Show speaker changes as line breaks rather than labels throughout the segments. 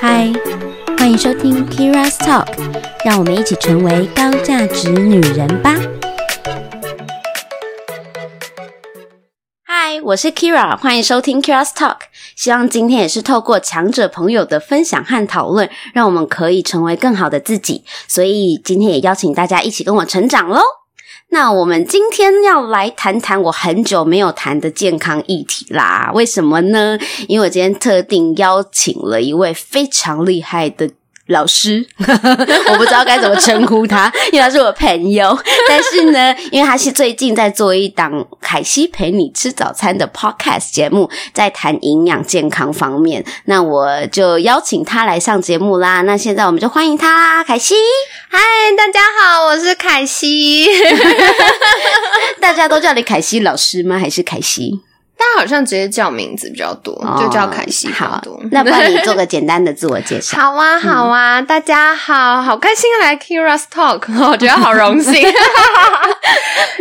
嗨，欢迎收听 Kira's Talk，让我们一起成为高价值女人吧。嗨，我是 Kira，欢迎收听 Kira's Talk。希望今天也是透过强者朋友的分享和讨论，让我们可以成为更好的自己。所以今天也邀请大家一起跟我成长喽。那我们今天要来谈谈我很久没有谈的健康议题啦。为什么呢？因为我今天特定邀请了一位非常厉害的。老师， 我不知道该怎么称呼他，因为他是我朋友。但是呢，因为他是最近在做一档《凯西陪你吃早餐》的 podcast 节目，在谈营养健康方面，那我就邀请他来上节目啦。那现在我们就欢迎他啦，凯西。
嗨，大家好，我是凯西。
大家都叫你凯西老师吗？还是凯西？
大家好像直接叫名字比较多，就叫凯西
哦
比较
好
多。，
那帮你做个简单的自我介绍。
好啊，好啊，大家好，好开心来 Kira's Talk，我觉得好荣幸。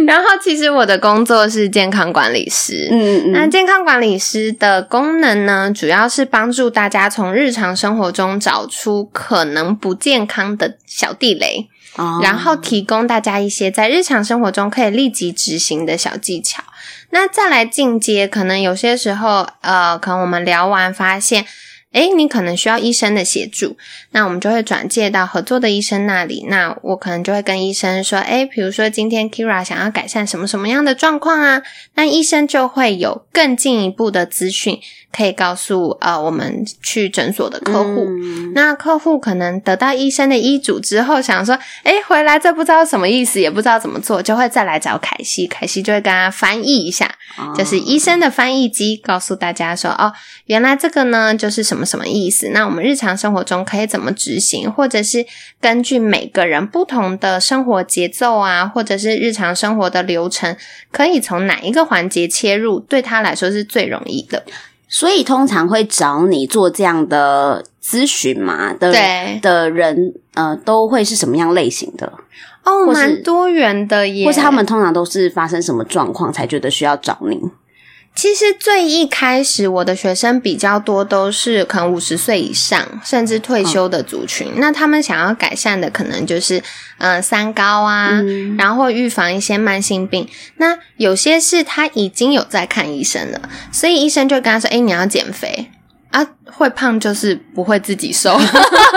然后，其实我的工作是健康管理师。
嗯
那
嗯
健康管理师的功能呢，主要是帮助大家从日常生活中找出可能不健康的小地雷，
哦
然后提供大家一些在日常生活中可以立即执行的小技巧。那再来进阶，可能有些时候，呃，可能我们聊完发现，诶，你可能需要医生的协助，那我们就会转介到合作的医生那里。那我可能就会跟医生说，诶，比如说今天 Kira 想要改善什么什么样的状况啊，那医生就会有更进一步的资讯可以告诉呃我们去诊所的客户。
嗯
那客户可能得到医生的医嘱之后，想说，哎，回来这不知道什么意思，也不知道怎么做，就会再来找凯西，凯西就会跟他翻译一下，
哦
就是医生的翻译机告诉大家说，哦，原来这个呢就是什么什么意思，那我们日常生活中可以怎么执行，或者是根据每个人不同的生活节奏啊，或者是日常生活的流程，可以从哪一个环节切入，对他来说是最容易的。
所以通常会找你做这样的咨询嘛的
对
的人，呃，都会是什么样类型的？
哦，
或是
蛮多元的耶，
或是他们通常都是发生什么状况才觉得需要找你？
其实最一开始，我的学生比较多都是可能五十岁以上，甚至退休的族群。那他们想要改善的，可能就是嗯、呃三高啊，
嗯
然后预防一些慢性病。那有些是他已经有在看医生了，所以医生就跟他说：“哎、你要减肥啊，会胖就是不会自己瘦。”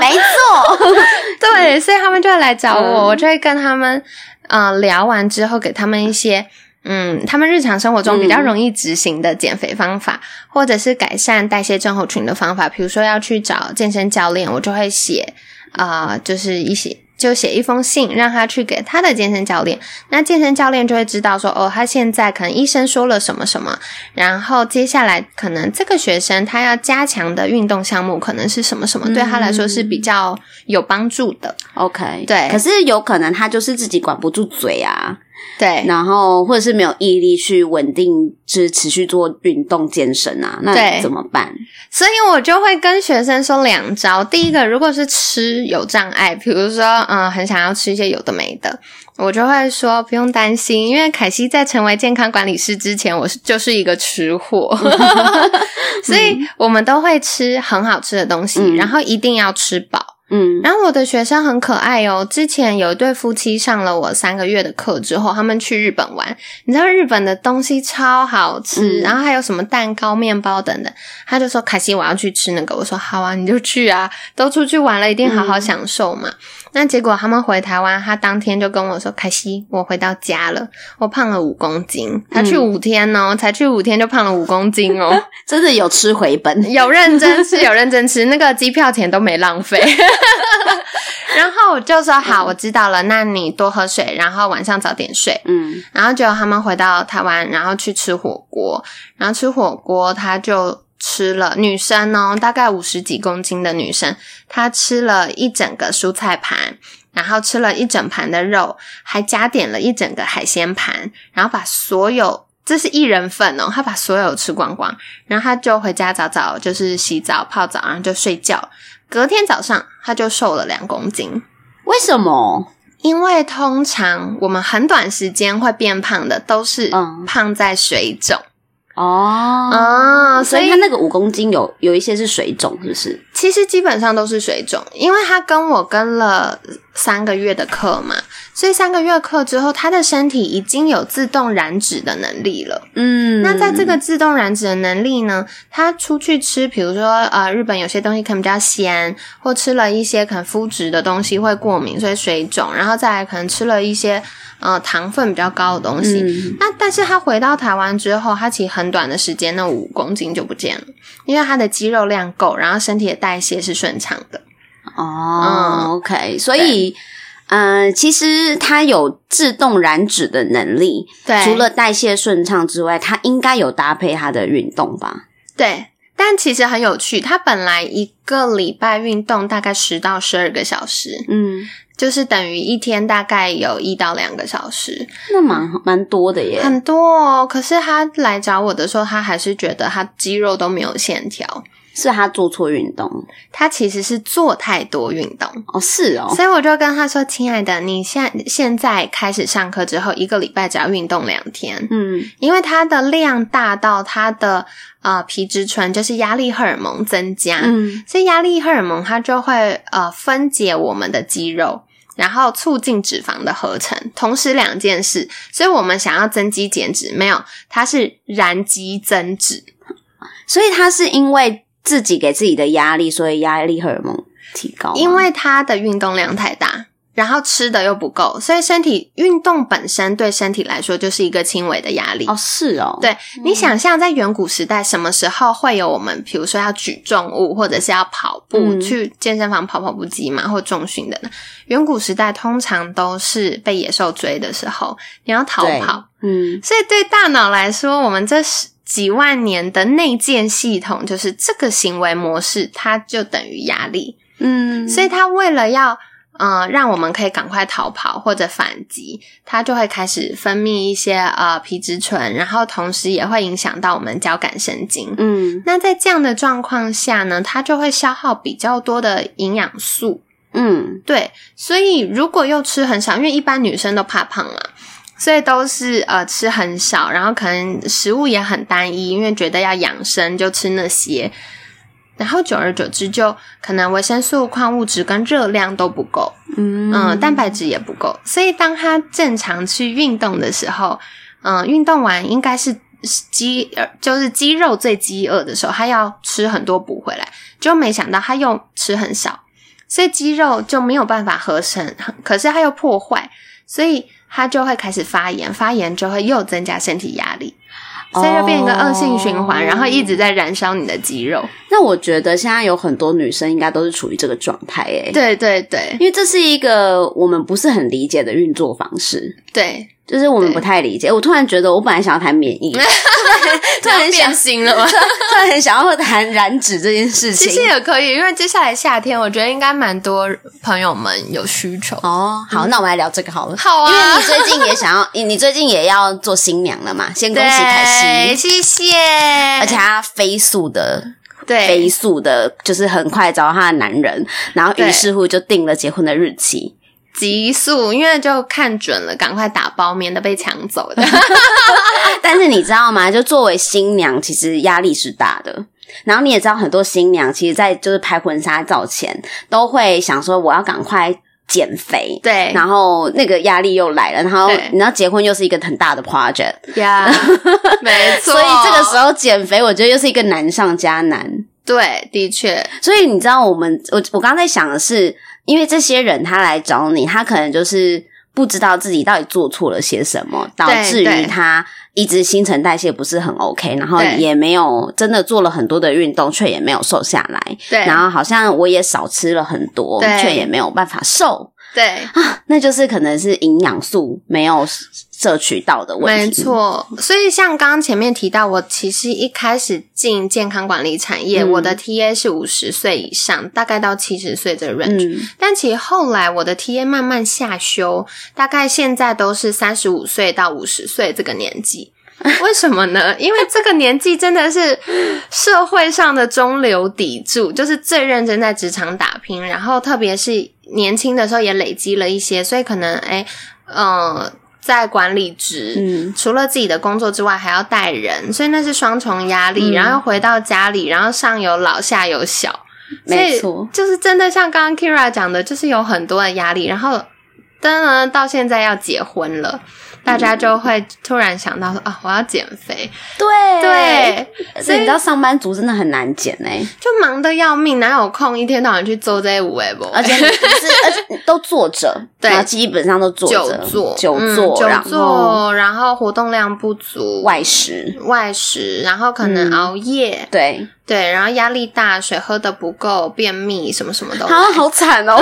没错，
对，所以他们就会来找
嗯
我，我就会跟他们呃聊完之后，给他们一些嗯，他们日常生活中比较容易执行的减肥方法，或者是改善代谢症候群的方法，比如说要去找健身教练，我就会写啊、呃就是一些。就写一封信，让他去给他的健身教练。那健身教练就会知道说，哦，他现在可能医生说了什么什么，然后接下来可能这个学生他要加强的运动项目可能是什么什么，对他来说是比较有帮助的。
OK，
对
可是有可能他就是自己管不住嘴啊，
对
然后或者是没有毅力去稳定，就是持续做运动健身啊，那
对
怎么办？
所以我就会跟学生说两招。第一个，如果是吃有障碍，比如说，嗯，很想要吃一些有的没的，我就会说不用担心，因为凯西在成为健康管理师之前，我是就是一个吃货，所以我们都会吃很好吃的东西，
嗯
然后一定要吃饱。
嗯，
然后我的学生很可爱哦，之前有一对夫妻上了我三个月的课之后，他们去日本玩，你知道日本的东西超好吃，
嗯
然后还有什么蛋糕、面包等等，他就说：“凯西，我要去吃那个。”我说：“好啊，你就去啊，都出去玩了，一定好好享受嘛。
嗯
那结果他们回台湾，他当天就跟我说：“凯西，我回到家了，我胖了五公斤。”他去
嗯
五天哦，才去五天就胖了五公斤哦，
真的有吃回本，
有认真吃，有认真吃，那个机票钱都没浪费。 然后我就说好，我知道了，那你多喝水，然后晚上早点睡。
嗯
然后结果他们回到台湾，然后去吃火锅，然后吃火锅，她就吃了女生哦，大概五十几公斤的女生，她吃了一整个蔬菜盘，然后吃了一整盘的肉，还加点了一整个海鲜盘，然后把所有。这是一人份哦，她把所有吃光光，然后她就回家早早就是洗澡泡澡，然后就睡觉。隔天早上她就瘦了两公斤，
为什么？
因为通常我们很短时间会变胖的，都是
嗯
胖在水肿。
哦
啊、
所
所
以
以
它那个五公斤有有一些是水肿，是不是？
其实基本上都是水肿，因为他跟我跟了三个月的课嘛，所以三个月课之后，他的身体已经有自动燃脂的能力了。
嗯
那在这个自动燃脂的能力呢，他出去吃，比如说呃，日本有些东西可能比较咸，或吃了一些可能麸质的东西会过敏，所以水肿，然后再来可能吃了一些呃糖分比较高的东西，
嗯
那但是他回到台湾之后，他其实很短的时间，那五公斤就不见了，因为他的肌肉量够，然后身体的代谢是顺畅的。嗯
哦、o k 所以。嗯，其实它有自动燃脂的能力，
对
除了代谢顺畅之外，它应该有搭配它的运动吧？
对，但其实很有趣，他本来一个礼拜运动大概十到十二个小时，
嗯，
就是等于一天大概有一到两个小时，
那蛮蛮多的耶。
很多哦。可是他来找我的时候，他还是觉得他肌肉都没有线条，
是他做错运动
他其实是做太多运动。
哦，是哦，
所以我就跟他说：“亲爱的，你现现在开始上课之后，一个礼拜只要运动两天，
嗯
因为它的量大到它的呃皮质醇就是压力荷尔蒙增加，
嗯
所以压力荷尔蒙它就会呃分解我们的肌肉。”然后促进脂肪的合成，同时两件事，所以我们想要增肌减脂，没有，它是燃肌增脂，
所以他是因为自己给自己的压力，所以压力荷尔蒙提高吗，
因为他的运动量太大，然后吃的又不够，所以身体运动本身对身体来说就是一个轻微的压力。
哦是哦，
对你想象，在远古时代，什么时候会有我们，比如说要举重物，或者是要跑步、
嗯
去健身房跑跑步机嘛，或重训的呢？远古时代通常都是被野兽追的时候，你要逃
对
跑，
嗯
所以对大脑来说，我们这十几万年的内建系统，就是这个行为模式，它就等于压力。
嗯，
所以他为了要呃让我们可以赶快逃跑或者反击，它就会开始分泌一些呃皮质醇，然后同时也会影响到我们交感神经。
嗯
那在这样的状况下呢，它就会消耗比较多的营养素。
嗯
对，所以如果又吃很少，因为一般女生都怕胖嘛，所以都是呃吃很少，然后可能食物也很单一，因为觉得要养生就吃那些，然后久而久之就可能维生素、矿物质跟热量都不够，
嗯
嗯、蛋白质也不够，所以当他正常去运动的时候，嗯、运动完应该是。是饥呃就是肌肉最饥饿的时候，他要吃很多补回来，就没想到他又吃很少，所以肌肉就没有办法合成， 可是它又破坏，所以它就会开始发炎，发炎就会又增加身体压力，所以就变一个恶性循环，
哦
然后一直在燃烧你的肌肉。
那我觉得现在有很多女生应该都是处于这个状态诶，
对对对
因为这是一个我们不是很理解的运作方式。
对，
就是我们
对
不太理解，我突然觉得我本来想要谈免 疫，突然突然
你要
想
变心了吗？
突然很想要谈燃脂这件事情。
其实也可以，因为接下来夏天，我觉得应该蛮多朋友们有需求。
哦，好，那我们来聊这个好了。
嗯好啊，
因为你最近也想要，你你最近也要做新娘了嘛？先恭喜凯
对，
西，
谢谢，
而且她飞速的飞
对
速的，就是很快找到她的男人，然后于
对
是乎就定了结婚的日期。
急速，因为就看准了，赶快打包，免得被抢走 的。
但是你知道吗？就作为新娘，其实压力是大的。然后你也知道，很多新娘其实，在就是拍婚纱照前，都会想说我要赶快减肥。
对，
然后那个压力又来了，然后
对
你知道结婚又是一个很大的 project，
呀， 没错。
所以这个时候减肥，我觉得又是一个难上加难。
对，的确，
所以你知道我，们我我刚才想的是，因为这些人他来找你，他可能就是不知道自己到底做错了些什么，导致于
对
他一直新陈代谢不是很 OK，然后
对
也没有真的做了很多的运动，却也没有瘦下来。
对，
然后好像我也少吃了很多，
对
却也没有办法瘦
对，
啊，那就是可能是营养素没有摄取到的问题。
没，错。所以像刚刚前面提到，我其实一开始进健康管理产业，
嗯
我的 TA 是五十岁以上，大概到七十岁这个 range、
嗯
但其实后来我的 TA 慢慢下修，大概现在都是三十五岁到五十岁这个年纪。为什么呢？因为这个年纪真的是社会上的中流砥柱，就是最认真在职场打拼，然后特别是年轻的时候也累积了一些，所以可能哎，呃，在管理职，
嗯
除了自己的工作之外，还要带人，所以那是双重压力。
嗯
然后回到家里，然后上有老下有小，
没错，
就是真的像刚刚 Kira 讲的，就是有很多的压力。然后，当然到现在要结婚了，大家就会突然想到说啊，我要减肥，
对
对，
所以你知道上班族真的很难减哎、
就忙得要命，哪有空一天到晚去做这些五微博？
而且你是而且都坐着，
对
然后基本上都坐
久
着，
坐、
久
嗯
坐，然
久
后
坐，然后活动量不足，
外食，
外食，然后可能
嗯
熬夜，
对，
对，然后压力大，水喝的不够，便秘，什么什么都。
啊，好惨哦，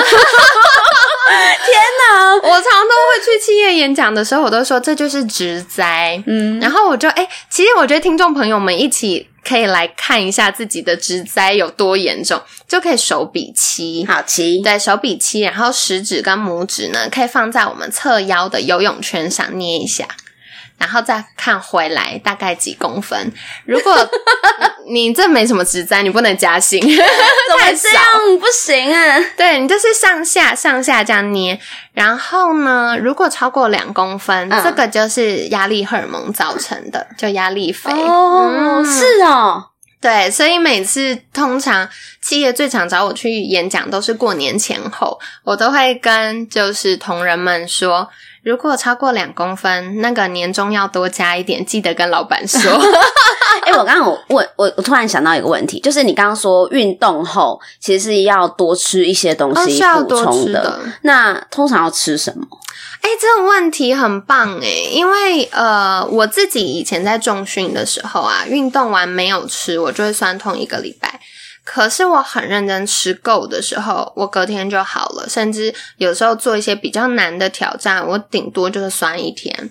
我常常都会去企业演讲的时候，我都说这就是职灾。
嗯，
然后我就哎、其实我觉得听众朋友们一起可以来看一下自己的职灾有多严重，就可以手比七。
好奇，
对手比七，然后食指跟拇指呢，可以放在我们侧腰的游泳圈上捏一下，然后再看回来大概几公分。如 果你你这没什么职灾，你不能加薪。
怎么
太少
这样不行啊？
对你就是上下上下这样捏，然后呢，如果超过两公分，
嗯
这个就是压力荷尔蒙造成的，就压力肥。
哦，
嗯
是哦，
对，所以每次通常企业最常找我去演讲都是过年前后，我都会跟就是同仁们说，如果超过两公分，那个年终要多加一点，记得跟老板 说。
哎、我刚刚有问我，我突然想到一个问题，就是你刚刚说运动后其实是要多吃一些东
哦，
西
是要
补
多
充
吃的。
那通常要吃什么？
哎、这个问题很棒哎，因为呃，我自己以前在重训的时候啊，运动完没有吃，我就会酸痛一个礼拜。可是我很认真吃够的时候，我隔天就好了，甚至有时候做一些比较难的挑战，我顶多就是酸一天。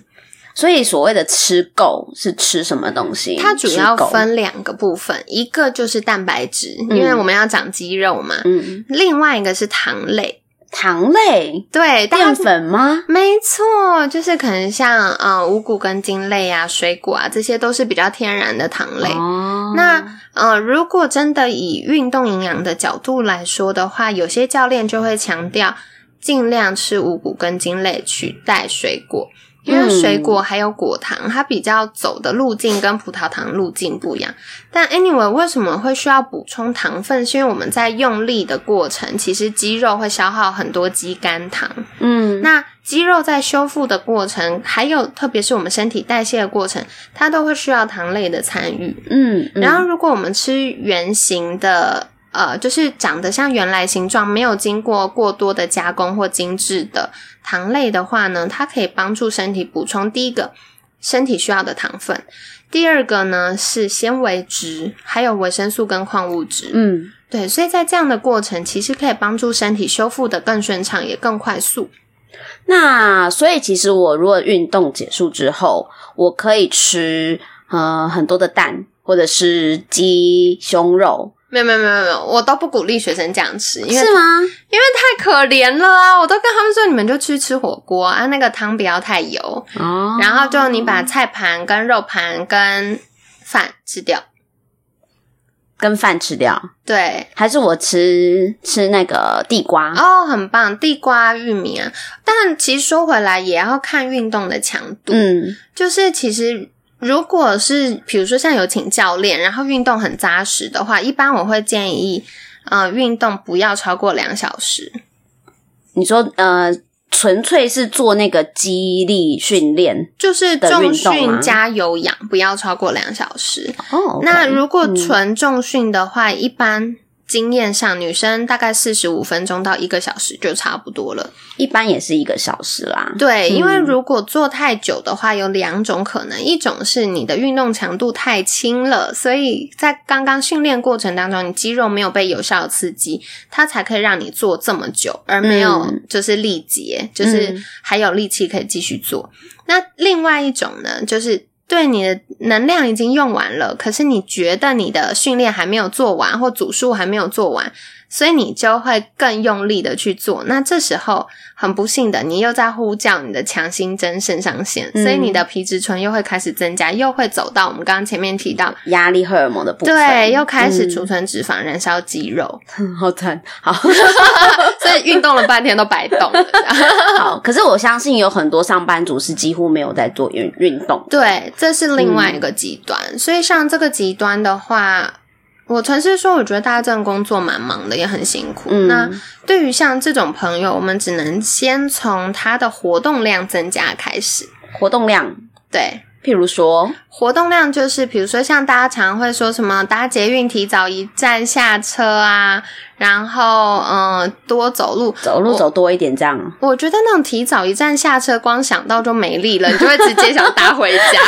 所以所谓的吃够是吃什么东西？
它主要
吃够，
分两个部分，一个就是蛋白质，
嗯
因为我们要长肌肉嘛；
嗯，
另外一个是糖类，
糖类、
对，但它
淀粉吗？
没错，就是可能像呃五谷根茎类啊、水果啊，这些都是比较天然的糖类。
哦
那呃，如果真的以运动营养的角度来说的话，有些教练就会强调尽量吃五谷根茎类取代水果，因为
嗯
水果还有果糖，它比较走的路径跟葡萄糖路径不一样。但 anyway，为什么会需要补充糖分？是因为我们在用力的过程，其实肌肉会消耗很多肌酐糖。
嗯，
那肌肉在修复的过程，还有特别是我们身体代谢的过程，它都会需要糖类的参与。
嗯，嗯
然后，如果我们吃圆形的，呃，就是长得像原来形状，没有经过过多的加工或精致的糖类的话呢，它可以帮助身体补充第一个身体需要的糖分，第二个呢是纤维质，还有维生素跟矿物质。
嗯，
对，所以在这样的过程，其实可以帮助身体修复的更顺畅，也更快速。
那所以其实我如果运动结束之后，我可以吃呃很多的蛋，或者是鸡胸肉，
没有没有没有没有，我都不鼓励学生这样吃，因为
是吗？
因为太可怜了啊！我都跟他们说，你们就去吃火锅啊，那个汤不要太油，
哦
然后就你把菜盘跟肉盘跟饭吃掉。
跟饭吃掉，
对，
还是我吃吃那个地瓜？
哦，很棒，地瓜、玉米啊。但其实说回来，也要看运动的强度。
嗯
就是其实如果是比如说像有请教练，然后运动很扎实的话，一般我会建议，呃，运动不要超过两小时。
你说呃，纯粹是做那个肌力训练
就是
的
重
运动吗
训加有氧，不要超过两小时。
哦
那如果纯重训的话，一般经验上女生大概四十五分钟到一个小时就差不多了。
一般也是一个小时啦。
对，
嗯
因为如果做太久的话，有两种可能，一种是你的运动强度太轻了，所以在刚刚训练过程当中，你肌肉没有被有效的刺激，它才可以让你做这么久，而没有
嗯
就是力竭，就是
嗯
还有力气可以继续做。那另外一种呢，就是。对你的能量已经用完了，可是你觉得你的训练还没有做完，或组数还没有做完，所以你就会更用力的去做。那这时候很不幸的，你又在呼叫你的强心针肾上腺，
嗯
所以你的皮质醇又会开始增加，又会走到我们刚刚前面提到，
压力荷尔蒙的部分，
对，又开始
嗯
储存脂肪，燃烧肌 肉，
好惨，好
所以运动了半天都白动 了。
好。可是我相信有很多上班族是几乎没有在做运运动。
对，这是另外一个极端。所以像这个极端的话，我诚实说，我觉得大家这份工作蛮忙的，也很辛苦。
嗯
那对于像这种朋友，我们只能先从他的活动量增加开始。
活动量，
对，
譬如说，
活动量就是，比如说像大家常会说什么搭捷运提早一站下车啊，然后嗯、呃多走路，
走路走多一点这 样。
我觉得那种提早一站下车，光想到就没力了，你就会直接想搭回家。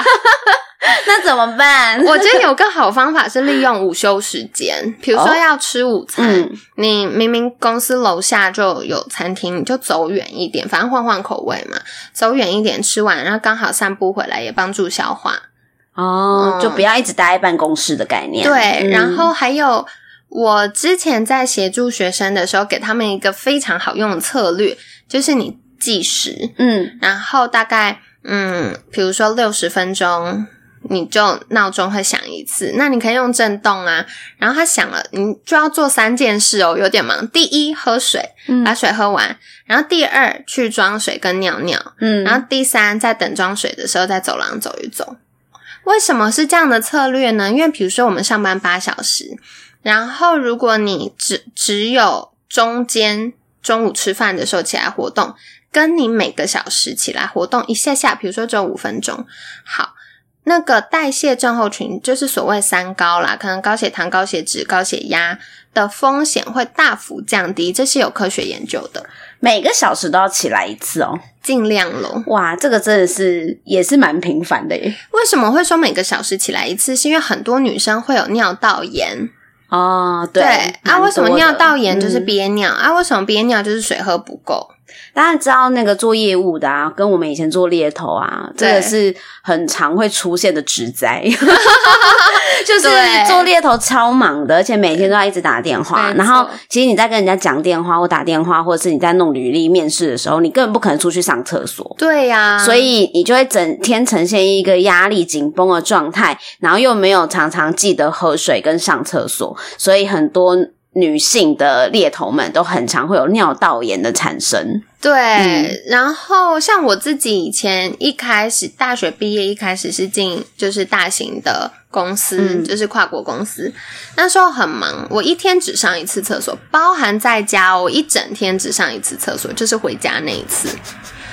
那怎么办？
我觉得有个好方法是利用午休时间，比如
哦
说要吃午餐，
嗯
你明明公司楼下就有餐厅，你就走远一点，反正换换口味嘛，走远一点吃完，然后刚好散步回来也帮助消化。
哦，
嗯
就不要一直待在办公室的概念。
对，
嗯
然后还有。我之前在协助学生的时候，给他们一个非常好用的策略，就是你计时，
嗯
然后大概嗯，比如说六十分钟，你就闹钟会响一次。那你可以用震动啊，然后它响了，你就要做三件事哦，有点忙。第一，喝水，把
嗯
水喝完；然后第二，去装水跟尿尿；
嗯，
然后第三，在等装水的时候，在走廊走一走。为什么是这样的策略呢？因为比如说我们上班八小时，然后如果你只只有中间中午吃饭的时候起来活动，跟你每个小时起来活动一下下，比如说只有五分钟，好，那个代谢症候群就是所谓三高啦，可能高血糖、高血脂、高血压的风险会大幅降低，这是有科学研究的，
每个小时都要起来一次哦。
尽量咯。
哇，这个真的是也是蛮频繁的耶。
为什么会说每个小时起来一次？是因为很多女生会有尿道炎。
哦，
啊，
蛮
为什么
多的
尿道炎就是
嗯
憋尿、啊？为什么憋尿就是水喝不够？
大家知道那个做业务的啊，跟我们以前做猎头啊，这
对
个是很常会出现的职灾， 就是
对
做猎头超忙的，而且每天都要一直打电话。
没错
然后其实你在跟人家讲电话或打电话，或者是你在弄履历、面试的时候，你根本不可能出去上厕所。
对呀、
所以你就会整天呈现一个压力紧绷的状态，然后又没有常常记得喝水跟上厕所，所以很多女性的猎头们都很常会有尿道炎的产生。
对，
嗯
然后像我自己以前一开始大学毕业一开始是进就是大型的公司，
嗯
就是跨国公司，那时候很忙，我一天只上一次厕所，包含在家哦，我一整天只上一次厕所，就是回家那一 次。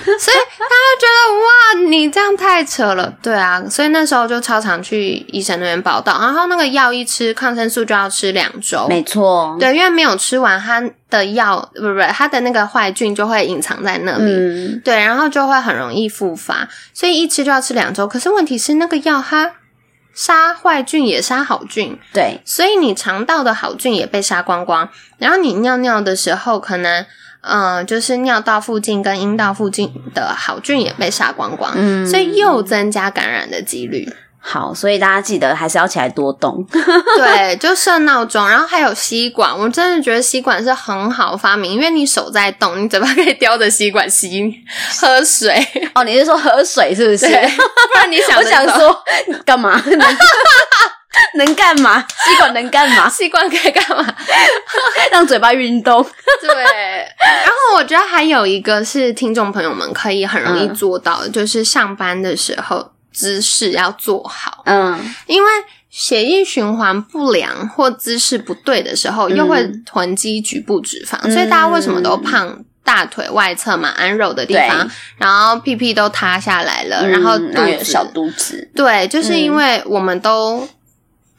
所以大家觉得哇，你这样太扯了，对啊，所以那时候就超常去医生那边报道，然后那个药一吃，抗生素就要吃两周，
没错，
哦对，因为没有吃完，它的药不是不是它的那个坏菌就会隐藏在那里。
嗯，
对，然后就会很容易复发，所以一吃就要吃两周。可是问题是，那个药它杀坏菌也杀好菌，
对，
所以你肠道的好菌也被杀光光。然后你尿尿的时候，可能嗯、呃就是尿道附近跟阴道附近的好菌也被杀光光，
嗯
所以又增加感染的几率。
好，所以大家记得还是要起来多 动。
对，就设闹钟，然后还有吸管，我真的觉得吸管是很好发明，因为你手在动，你嘴巴可以叼着吸管吸喝水，
哦，你是说喝水是不是？
对，不然你想
我
着
想
走
说干嘛？ 能能干嘛？吸管能干 嘛？
吸管可以干嘛？
让嘴巴运动。
对，然后我觉得还有一个是听众朋友们可以很容易
嗯
做到的，就是上班的时候姿势要做好。
嗯，
因为血液循环不良或姿势不对的时候，
嗯
又会囤积局部脂肪，
嗯
所以大家为什么都胖？大腿外侧嘛，安肉的地方
对，
然后屁屁都塌下来了，然后
嗯
肚
有
子，
小肚子。
对，就是因为我们都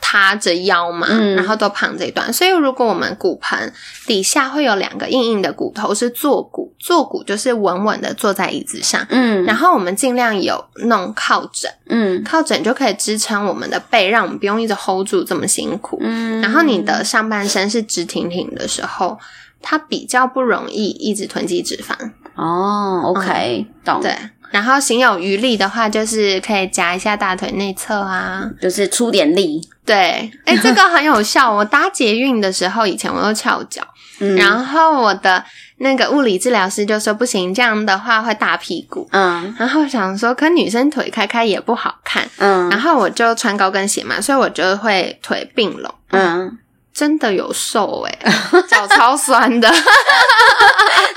塌着腰嘛，
嗯
然后都胖这一段，所以如果我们骨盆底下会有两个硬硬的骨头是坐骨，坐骨就是稳稳的坐在椅子上，
嗯，
然
后
后我们尽量有弄靠枕。
嗯
靠枕就可以支撑我们的背，让我们不用一直 hold 住这么辛苦。
嗯，
然后你的上半身是直挺挺的时候，它比较不容易一直囤积脂肪。
哦，OK，懂。
嗯对，，然后行有余力的话，就是可以夹一下大腿内侧啊。
就是出点力。
对，哎，这个很有效。我搭捷运的时候，以前我又翘脚，
嗯
然后我的那个物理治疗师就说不行，这样的话会大屁股。
嗯
然后想说，可女生腿开开也不好看，然
嗯
后我就穿高跟鞋嘛，所以我就会腿并拢，
嗯，
真的有瘦 哎、脚超酸的。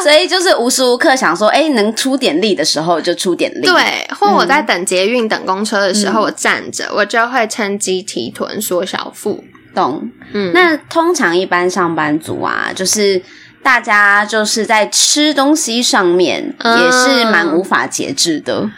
所以就是无时无刻想说，哎，能出点力的时候就出点力。，
对，或我在等捷运、等公车的时候，
嗯
我站着，我就会趁机提臀缩小腹。
懂。
嗯，
那通常一般上班族啊，就是大家就是在吃东西上面
嗯
也是蛮无法节制的。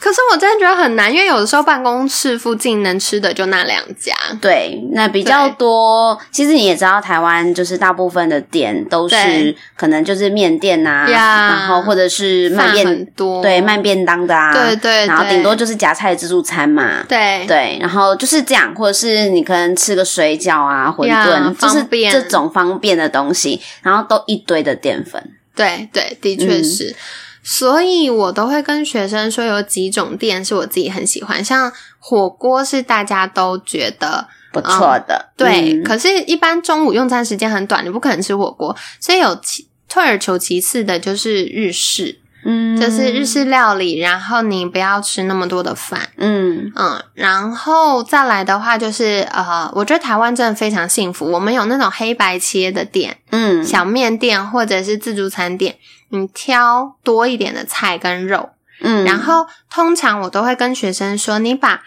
可是我真的觉得很难，因为有的时候办公室附近能吃的就那两家。
对，那比较
对
多，其实你也知道，台湾就是大部分的店都是
对
可能就是面店呐、
呀
啊然后或者是卖
饭很
便
多，
对卖便当的啊，
对对
然后
对
顶多就是夹菜自助餐嘛。
对
对，然后就是这样，或者是你可能吃个水饺啊、馄
呀
饨，就是
方便
这种方便的东西，然后都一堆的淀粉。
对对，的确
嗯
是。所以我都会跟学生说，有几种店是我自己很喜欢，像火锅是大家都觉得
不错的，
对，
嗯
可是，一般中午用餐时间很短，你不可能吃火锅，所以有其退而求其次的就是日式，
嗯
就是日，式料理，然后你不要吃那么多的饭，
嗯
嗯，然后再来的话就是呃，我觉得台湾真的非常幸福，我们有那种黑白切的店，
嗯，
小面店或者是自助餐店，你挑多一点的菜跟肉。
嗯，
然后通常我都会跟学生说，你把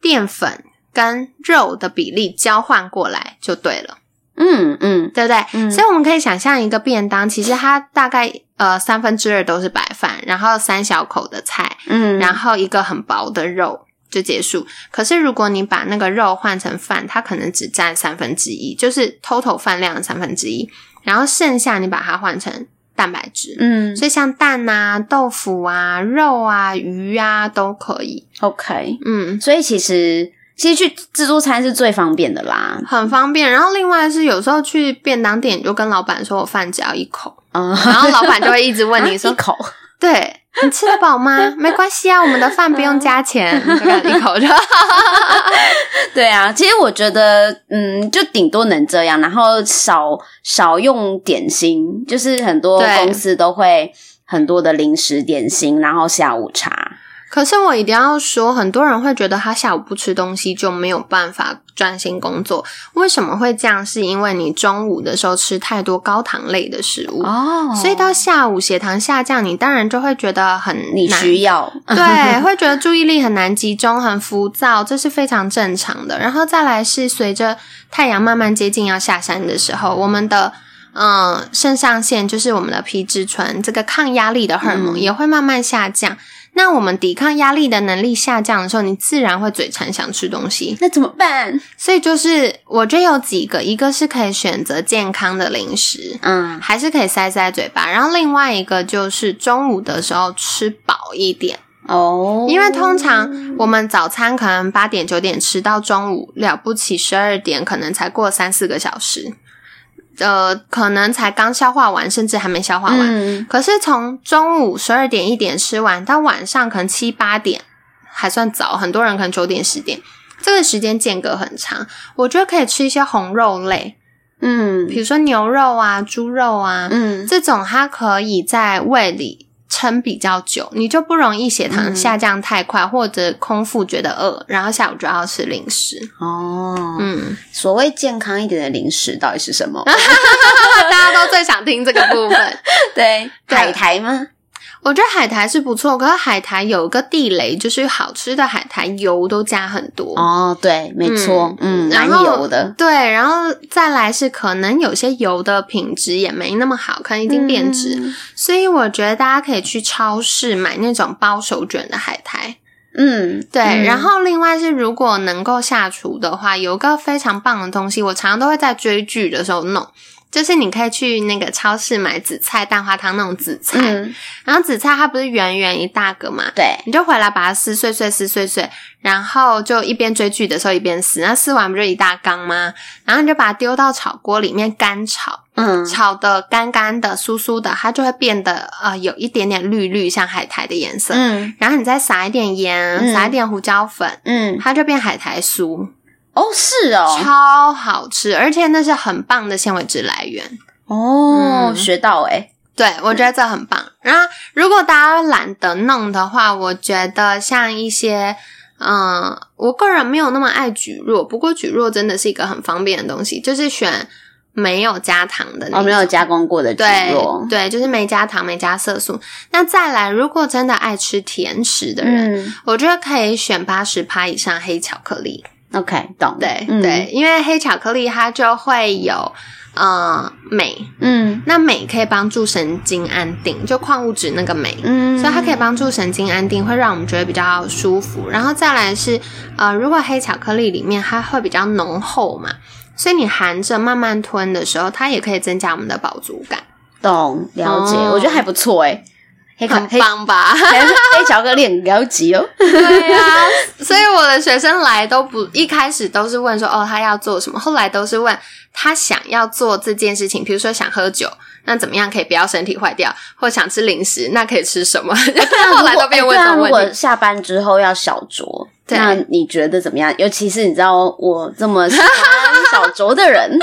淀粉跟肉的比例交换过来就对了，
嗯嗯
对不对？
嗯
所以我们可以想象一个便当，其实它大概呃三分之二都是白饭，然后三小口的菜，
嗯，
然后一个很薄的肉。就结束。可是如果你把那个肉换成饭，它可能只占三分之一，就是 total 饭量的三分之一，然后剩下你把它换成蛋白质。
嗯
所以像蛋啊、豆腐啊、肉啊、鱼啊都可以，
，OK，
嗯，
所以其实其实去自助餐是最方便的啦，
很方便。然后另外是有时候去便当店，你就跟老板说我饭只要一口，
嗯，
然后老板就会一直问 你
啊
说
一 口，
对你吃得饱吗？没关系啊，我们的饭不用加 钱，你就给他一口就。
对啊，其实我觉得，嗯，就顶多能这样，然后少少用点心，就是很多
对
公司都会很多的零食点心，然后下午茶，
可是我一定要说，很多人会觉得他下午不吃东西就没有办法专心工作。为什么会这样？是因为你中午的时候吃太多高糖类的食物，
哦
所以到下午血糖下降，你当然就会觉得很
你
难
需要，
对，会觉得注意力很难集中、很浮躁，这是非常正常的。然后再来是随着太阳慢慢接近要下山的时候，我们的嗯肾上腺就是我们的皮质醇这个抗压力的荷尔蒙
嗯
也会慢慢下降。那我们抵抗压力的能力下降的时候，你自然会嘴馋想吃东西。
那怎么办？
所以就是我这有几个，一个是可以选择健康的零食，
嗯
还是可以塞塞嘴巴。然后另外一个就是中午的时候吃饱一点。
哦，
因为通常我们早餐可能八点九点吃到中午，了不起十二点可能才过三四个小时，呃，可能才刚消化完，甚至还没消化完。
嗯
可是从中午十二点一点吃完到晚上可能七八点还算早，很多人可能九点十点，这个时间间隔很长。我觉得可以吃一些红肉类，
嗯
比如说牛肉啊、猪肉啊，
嗯
这种它可以在胃里撑比较久，你就不容易血糖下降太快，或者空腹觉得饿，然后下午就要吃零食。
哦，
嗯，
所谓健康一点的零食到底是什么？
大家都最想听这个部分。
对，
对
海苔吗？
我觉得海苔是不错，可是海苔有一个地雷，就是好吃的海苔油都加很多。
哦，对，没错，嗯，蛮
然后
油的，
对，然后再来是可能有些油的品质也没那么好，可能已
已
经变质，
嗯
所以我觉得大家可以去超市买那种包手卷的海苔，
嗯，
对，
嗯
然后另外是，如果能够下厨的话，有一个非常棒的东西，我常常都会在追剧的时候弄，就是你可以去那个超市买紫菜蛋花汤那种紫菜，
嗯，
然后紫菜它不是圆圆一大个嘛，
对，
你就回来把它撕碎碎撕碎碎，然后就一边追剧的时候一边撕，那撕完不就一大缸吗？然后你就把它丢到炒锅里面干炒，
嗯
炒的干干的、酥酥的，它就会变得呃有一点点绿绿，像海苔的颜色。
嗯
然后你再撒一点盐，
嗯
撒一点胡椒粉，
嗯，
它就变海苔酥，
哦，是哦，
超好吃，而且那是很棒的纤维质来源。
哦，
嗯
学到哎、欸，
对，我觉得这很棒。然后，如果大家懒得弄的话，我觉得像一些，嗯，我个人没有那么爱蒟蒻，不过蒟蒻真的是一个很方便的东西，就是选没有加糖的那种，
哦，没有加工过的猪
对
肉，
对，就是没加糖、没加色素。那再来，如果真的爱吃甜食的人，
嗯
我觉得可以选八十趴以上黑巧克力。
，OK，懂，
对、
嗯
对，，因为黑巧克力它就会有呃镁，
嗯
那镁可以帮助神经安定，就矿物质那个镁。
嗯，
所以它可以帮助神经安定，会让我们觉得比较舒服。然后再来是，呃，如果黑巧克力里面它会比较浓厚嘛，所以你含着慢慢吞的时候，它也可以增加我们的饱足感。
懂了解、
哦
我觉得还不错哎、黑巧
很
黑
棒吧？
黑 黑巧克力很高级哦，
对呀、 所以我的学生来都不一开始都是问说哦他要做什么，后来都是问他想要做这件事情，比如说想喝酒，那怎么样可以不要身体坏掉，或想吃零食，那可以吃什么？ 后来都变问
哎
这
对啊
种
如
问
果
题。
下班之后要小酌，
对
那你觉得怎么样？尤其是你知道我这么喜欢小酌的 人，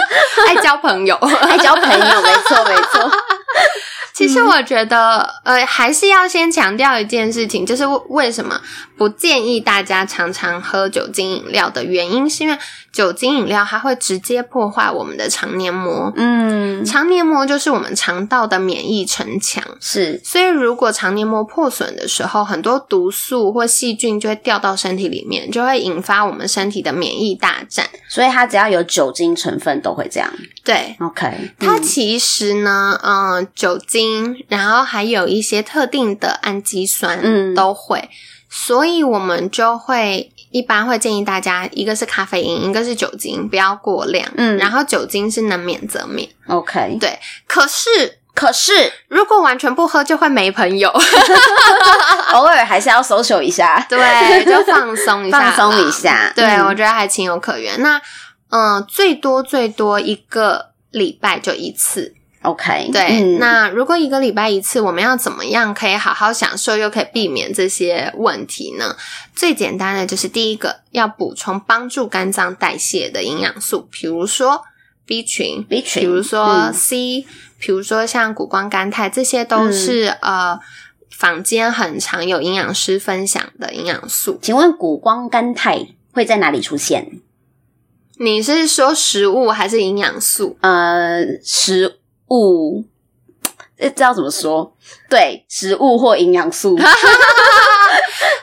爱交朋友，
爱交哎朋友，没错没错，
其实我觉得，呃，还是要先强调一件事情，就是为为什么不建议大家常常喝酒精饮料的原因，是因为酒精饮料它会直接破坏我们的肠黏膜。
嗯，
肠黏膜就是我们肠道的免疫城墙，
是
所以如果肠黏膜破损的时候，很多毒素或细菌就会掉到身体里面，就会引发我们身体的免疫大战。
所以它只要有酒精成分都会这样。
对。
OK，嗯
它其实呢，嗯、酒精，然后还有一些特定的氨基酸，
嗯
都会，所以我们就会一般会建议大家，一个是咖啡因，一个是酒精，不要过量，
嗯
然后酒精是能免则免，
OK，
对。可是
可是
如果完全不喝，就会没朋友。
偶尔还是要 social 一下，
对，就放松一下
放
吧，
松一下。
对，
嗯
我觉得还情有可原。那嗯、呃最多最多一个礼拜就一次。
OK，
对，
嗯
那如果一个礼拜一次，我们要怎么样可以好好享受，又可以避免这些问题呢？最简单的就是第一个，要补充帮助肝脏代谢的营养素，比如说 B 群，
B 群
比如说
嗯
C，、比如说像谷胱甘肽，这些都是、呃坊间很常有营养师分享的营养素。
请问谷胱甘肽会在哪里出现？
你是说食物还是营养素？
呃，食物，呃，知道怎么说？对，食物或营养素。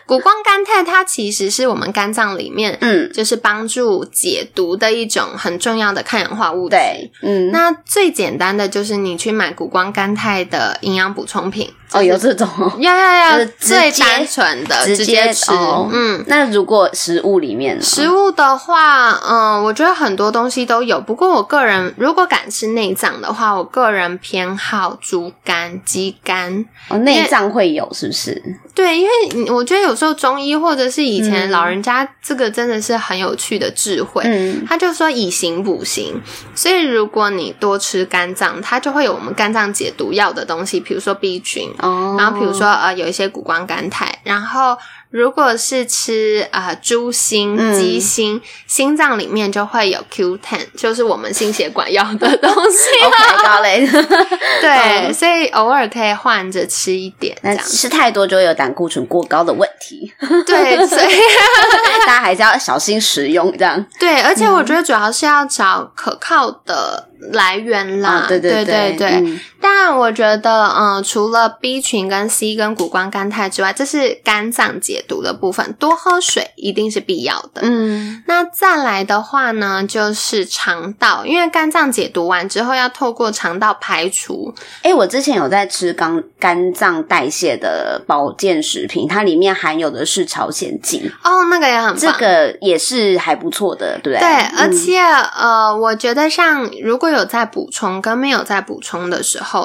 谷胱甘肽它其实是我们肝脏里面
嗯，
就是帮助解毒的一种很重要的抗氧化物质。
对，嗯，
那最简单的就是你去买谷胱甘肽的营养补充品。
哦，有这种哦。
要要
就
要，
是直
最
接
单纯的
直
直接
接
吃，
哦
嗯。
那如果食物里面呢，
食物的话，嗯，我觉得很多东西都有。不过我个人如果敢吃内脏的话，我个人偏好猪肝、鸡肝，
哦
因
内
为
脏会有是不是？
对，因为你我觉得有时候中医或者是以前
嗯
老人家这个真的是很有趣的智慧，
嗯，
他就说以形补形，所以如果你多吃肝脏，它就会有我们肝脏解毒药的东西，比如说 B 群，
哦，
然后 比如说呃有一些谷胱甘肽，然后如果是吃啊、呃猪心、
嗯
鸡心，心脏里面就会有 Q10，就是我们心血管要的东 西。
OK 哦高嘞，
对，
嗯
所以偶尔可以换着吃一点这
那
样子。
吃太多就会有胆固醇过高的问 题，
对，所以
大家还是要小心食用这样。
对，而且我
嗯
觉得主要是要找可靠的来源啦。
啊，对
对
对
对
嗯
但我觉得，嗯，除了 B 群跟 C 跟谷胱甘肽之外，这是肝脏解毒的部分，多喝水一定是必要的。
嗯，
那再来的话呢，就是肠道，因为肝脏解毒完之后要透过肠道排除。
哎、我之前有在吃肝肝脏代谢的保健食品，它里面含有的是朝鲜蓟，
哦，那个也很棒。
这个也是还不错的，对不对？
对，
嗯
而且、呃，我觉得像如果有在补充跟没有在补充的时候，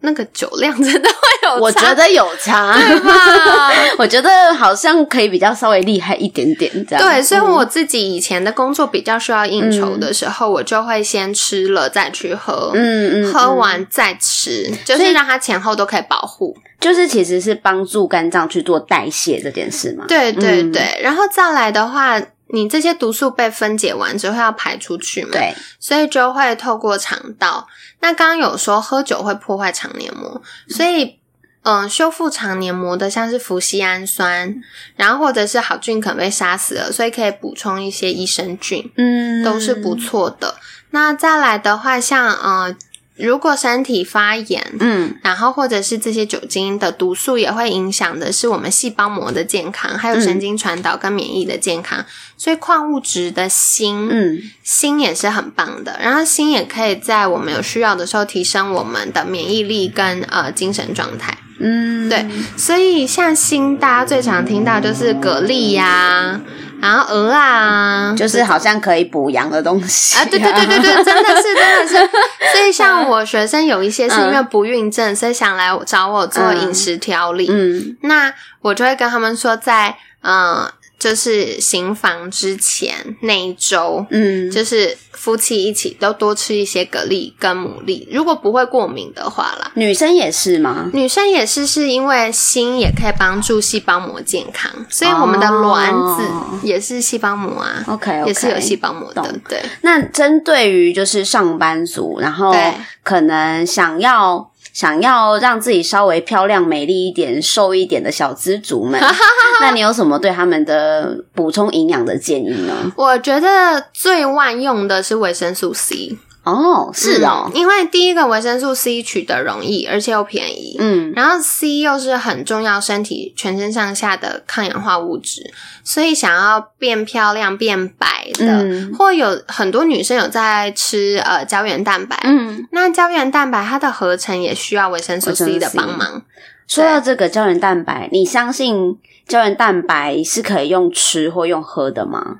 那个酒量真的会有
我
差
觉得有差，
对吧？
我觉得好像可以比较稍微厉害一点点这样。
对，所以
嗯
我自己以前的工作比较需要应酬的时候，我就会先吃了再去喝，
嗯嗯，
喝
嗯
完再吃，就
所以
是让它前后都可以保护。
就是其实是帮助肝脏去做代谢这件事嘛。
对对
嗯
对，然后再来的话，你这些毒素被分解完之后要排出去嘛，
对，
所以就会透过肠道。那刚刚有说喝酒会破坏肠黏膜，所以嗯、呃修复肠黏膜的像是氟西氨酸，然后或者是好菌可能被杀死了，所以可以补充一些益生菌，
嗯
都是不，错的。那再来的话，像呃，如果身体发炎，
嗯
然后或者是这些酒精的毒素也会影响的是我们细胞膜的健康，还有
嗯
神经传导跟免疫的健康。所以矿物质的锌，，
嗯
锌也是很棒的。然后锌也可以在我们有需要的时候提升我们的免疫力跟呃精神状态。
嗯，
对，所以像锌，大家最常听到就是蛤蜊呀、然后鹅啊，
就是好像可以补阳的东西
啊，对对对对对，真的是真的是。所以像我学生有一些是因为
嗯
不孕症，所以想来找我做饮食调理。
嗯
那我就会跟他们说在，呃，就是行房之前那一周。
嗯，
就是夫妻一起都多吃一些蛤蜊跟牡蛎，如果不会过敏的话啦。
女生也是吗？
女生也是，是因为锌也可以帮助细胞膜健康，所以我们的卵子
哦
也是细胞膜啊
OK，,
也是有细
细。
胞膜的
懂。
对，
那针对于就是上班族，然后
对
可能想要想要让自己稍微漂亮、美丽一点、瘦一点的小资族 们，那你有什么对他们的补充营养的建议呢？
我觉得最万用的是维生素 C，
哦，是哦
嗯，因为第一个维生素 C 取得容易，而且又便宜。
嗯
然后 C 又是很重要身体全身上下的抗氧化物质，所以想要变漂亮、变白的，
嗯
或有很多女生有在吃呃胶原蛋白。
嗯。
那胶原蛋白它的合成也需要维生素
维生素
C 的
C
帮忙，
说到这个胶原蛋白，你相信胶原蛋白是可以用吃或用喝的吗？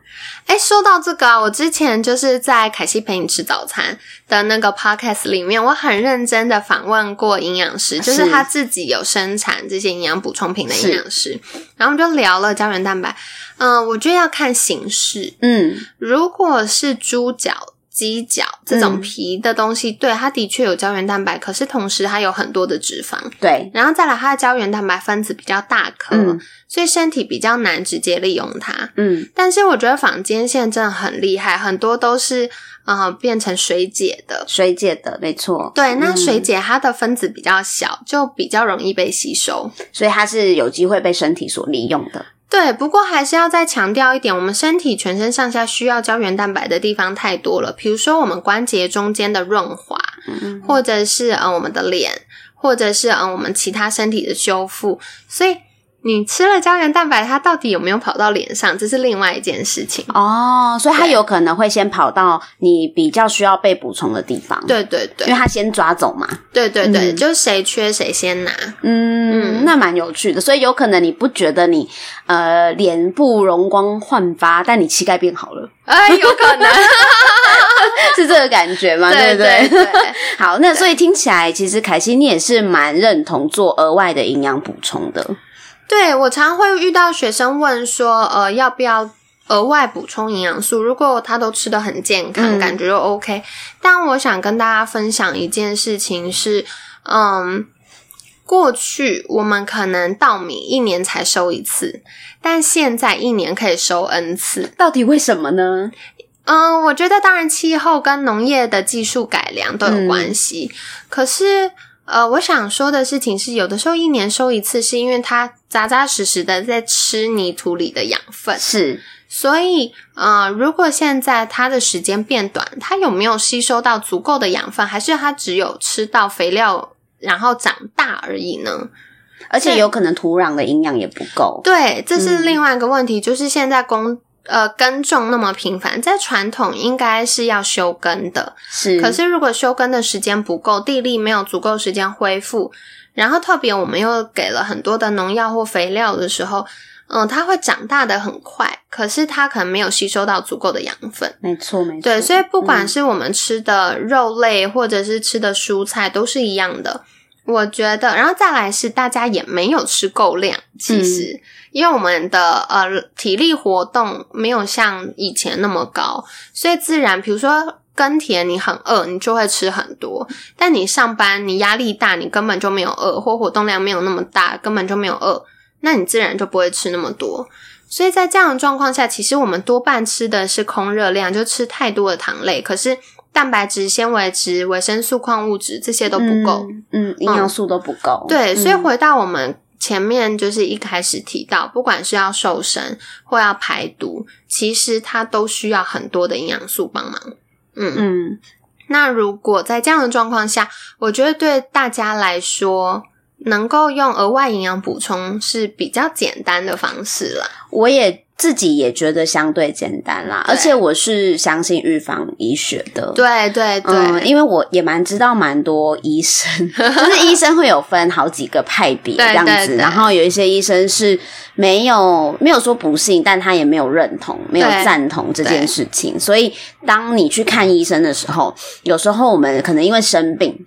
哎，说到这个啊，我之前就是在凯西陪你吃早餐的那个 podcast 里面，我很认真的访问过营养师，就是
是
他自己有生产这些营养补充品的营养师，然后我们就聊了胶原蛋白。嗯、我觉得要看形式，
嗯，
如果是猪脚。鸡脚这种
嗯
皮的东西，对它的确有胶原蛋白，可是同时它有很多的脂肪，
对，
然后再来它的胶原蛋白分子比较大颗，
嗯
所以身体比较难直接利用它。
嗯，
但是我觉得坊间现在真的很厉害，很多都是呃变成水解的。
水解的没错，
对，那
嗯
水解它的分子比较小，就比较容易被吸收。
所以它是有机会被身体所利用的。
对，不过还是要再强调一点，我们身体全身上下需要胶原蛋白的地方太多了，比如说我们关节中间的润滑，
嗯
或者是呃我们的脸，或者是呃我们其他身体的修复。所以你吃了胶原蛋白，它到底有没有跑到脸上，这是另外一件事情。
哦，所以它
对
有可能会先跑到你比较需要被补充的地方，，
对对对
因为，它先抓走嘛。
对对对，
嗯
就谁缺谁先拿。
嗯，
嗯
那蛮有趣的。所以有可能你不觉得你呃脸部容光焕发，但你膝盖变好了，
哎，有可能，
是这个感觉吗？
对
不对？
对对
好，那所以听起来，其实凯西你也是蛮认同做额外的营养补充的。
对我常会遇到学生问说，呃，要不要额外补充营养素？如果他都吃的很健
嗯
康，感觉就 OK。但我想跟大家分享一件事情是，嗯。过去我们可能稻米一年才收一次，但现在一年可以收 n 次。
到底为什么呢？
嗯，我觉得当然气候跟农业的技术改良都有关系。可是，呃，我想说的事情是，有的时候一年收一次，是因为它扎扎实实的在吃泥土里的养分。
是
所以，呃，如果现在它的时间变短，它有没有吸收到足够的养分，还是它只有吃到肥料然后长大而已呢？
而且
对
有可能土壤的营养也不够。
对，这是
嗯
另外一个问题，就是现在工呃耕种那么频繁，在传统应该是要休耕的，
是，
可是如果休耕的时间不够，地力没有足够时间恢复，然后特别我们又给了很多的农药或肥料的时候，嗯、它会长大的很快，可是它可能没有吸收到足够的养分。
没错没错。
对，所以不管
嗯
是我们吃的肉类，或者是吃的蔬菜，都是一样的。我觉得，然后再来是大家也没有吃够量，其实、
嗯
因为我们的呃体力活动没有像以前那么高，所以自然，比如说耕田，你很饿，你就会吃很多；但你上班，你压力大，你根本就没有饿，或活动量没有那么大，根本就没有饿。那你自然就不会吃那么多。所以在这样的状况下，其实我们多半吃的是空热量，就吃太多的糖类，可是蛋白质、纤维质、维生素、矿物质这些都不够。
嗯，嗯，营养素都不够。
对，
嗯
所以回到我们前面就是一开始提到，不管是要瘦身或要排毒，其实它都需要很多的营养素帮忙。嗯，
嗯
那如果在这样的状况下，我觉得对大家来说，能够用额外营养补充是比较简单的方式啦。
我也自己也觉得相对简单啦，
对
而且我是相信预防医学的。。
对对对，
嗯，因为我也蛮知道蛮多医生， 就是医生会有分好几个派别
对
这样子，
对对
然后有一些医生是没有没有说不信，但他也没有认同，没有赞同这件事情，所以当你去看医生的时候，有时候我们可能因为生病。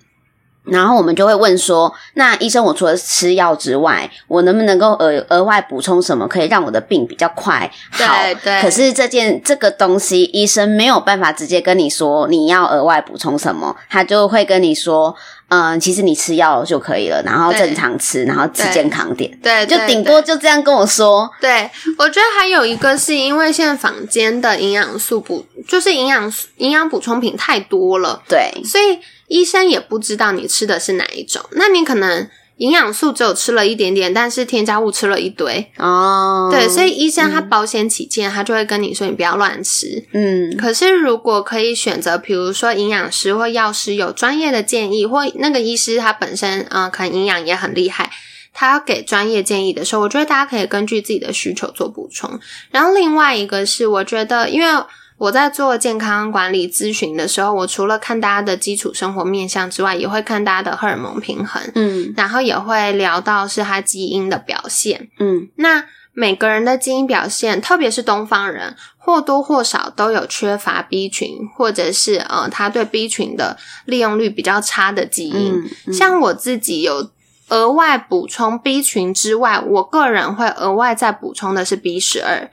然后我们就会问说，那医生，我除了吃药之外，我能不能够额额外补充什么，可以让我的病比较快好？
对对
可是这件这个东西，医生没有办法直接跟你说你要额外补充什么，他就会跟你说，嗯，其实你吃药就可以了，然后
对
正常吃，然后吃
对
健康点，
对，
就
对
顶
对
多就这样跟我说。
对，我觉得还有一个是因为现在坊间的营养素补，就是营养素营养补充品太多了，
对，
所以医生也不知道你吃的是哪一种。那你可能营养素只有吃了一点点，但是添加物吃了一堆。
哦，
对，所以医生他保险起见，他就会跟你说你不要乱吃。
嗯，
可是如果可以选择，比如说营养师或药师有专业的建议，或那个医师他本身啊、呃可能营养也很厉害，他要给专业建议的时候，我觉得大家可以根据自己的需求做补充。然后另外一个是，我觉得因为。我在做健康管理咨询的时候，我除了看大家的基础生活面向之外，也会看大家的荷尔蒙平衡，
嗯
然后也会聊到是他基因的表现。
嗯
那每个人的基因表现，特别是东方人，或多或少都有缺乏 B 群，或者是呃，他对 B 群的利用率比较差的基因。
嗯，嗯
像我自己有额外补充 B 群之外，我个人会额外再补充的是 B 十二，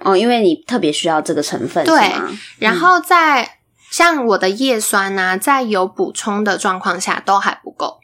哦，因为你特别需要这个成分，
对
是吗
然后在、像我的叶酸呐、在有补充的状况下都还不够。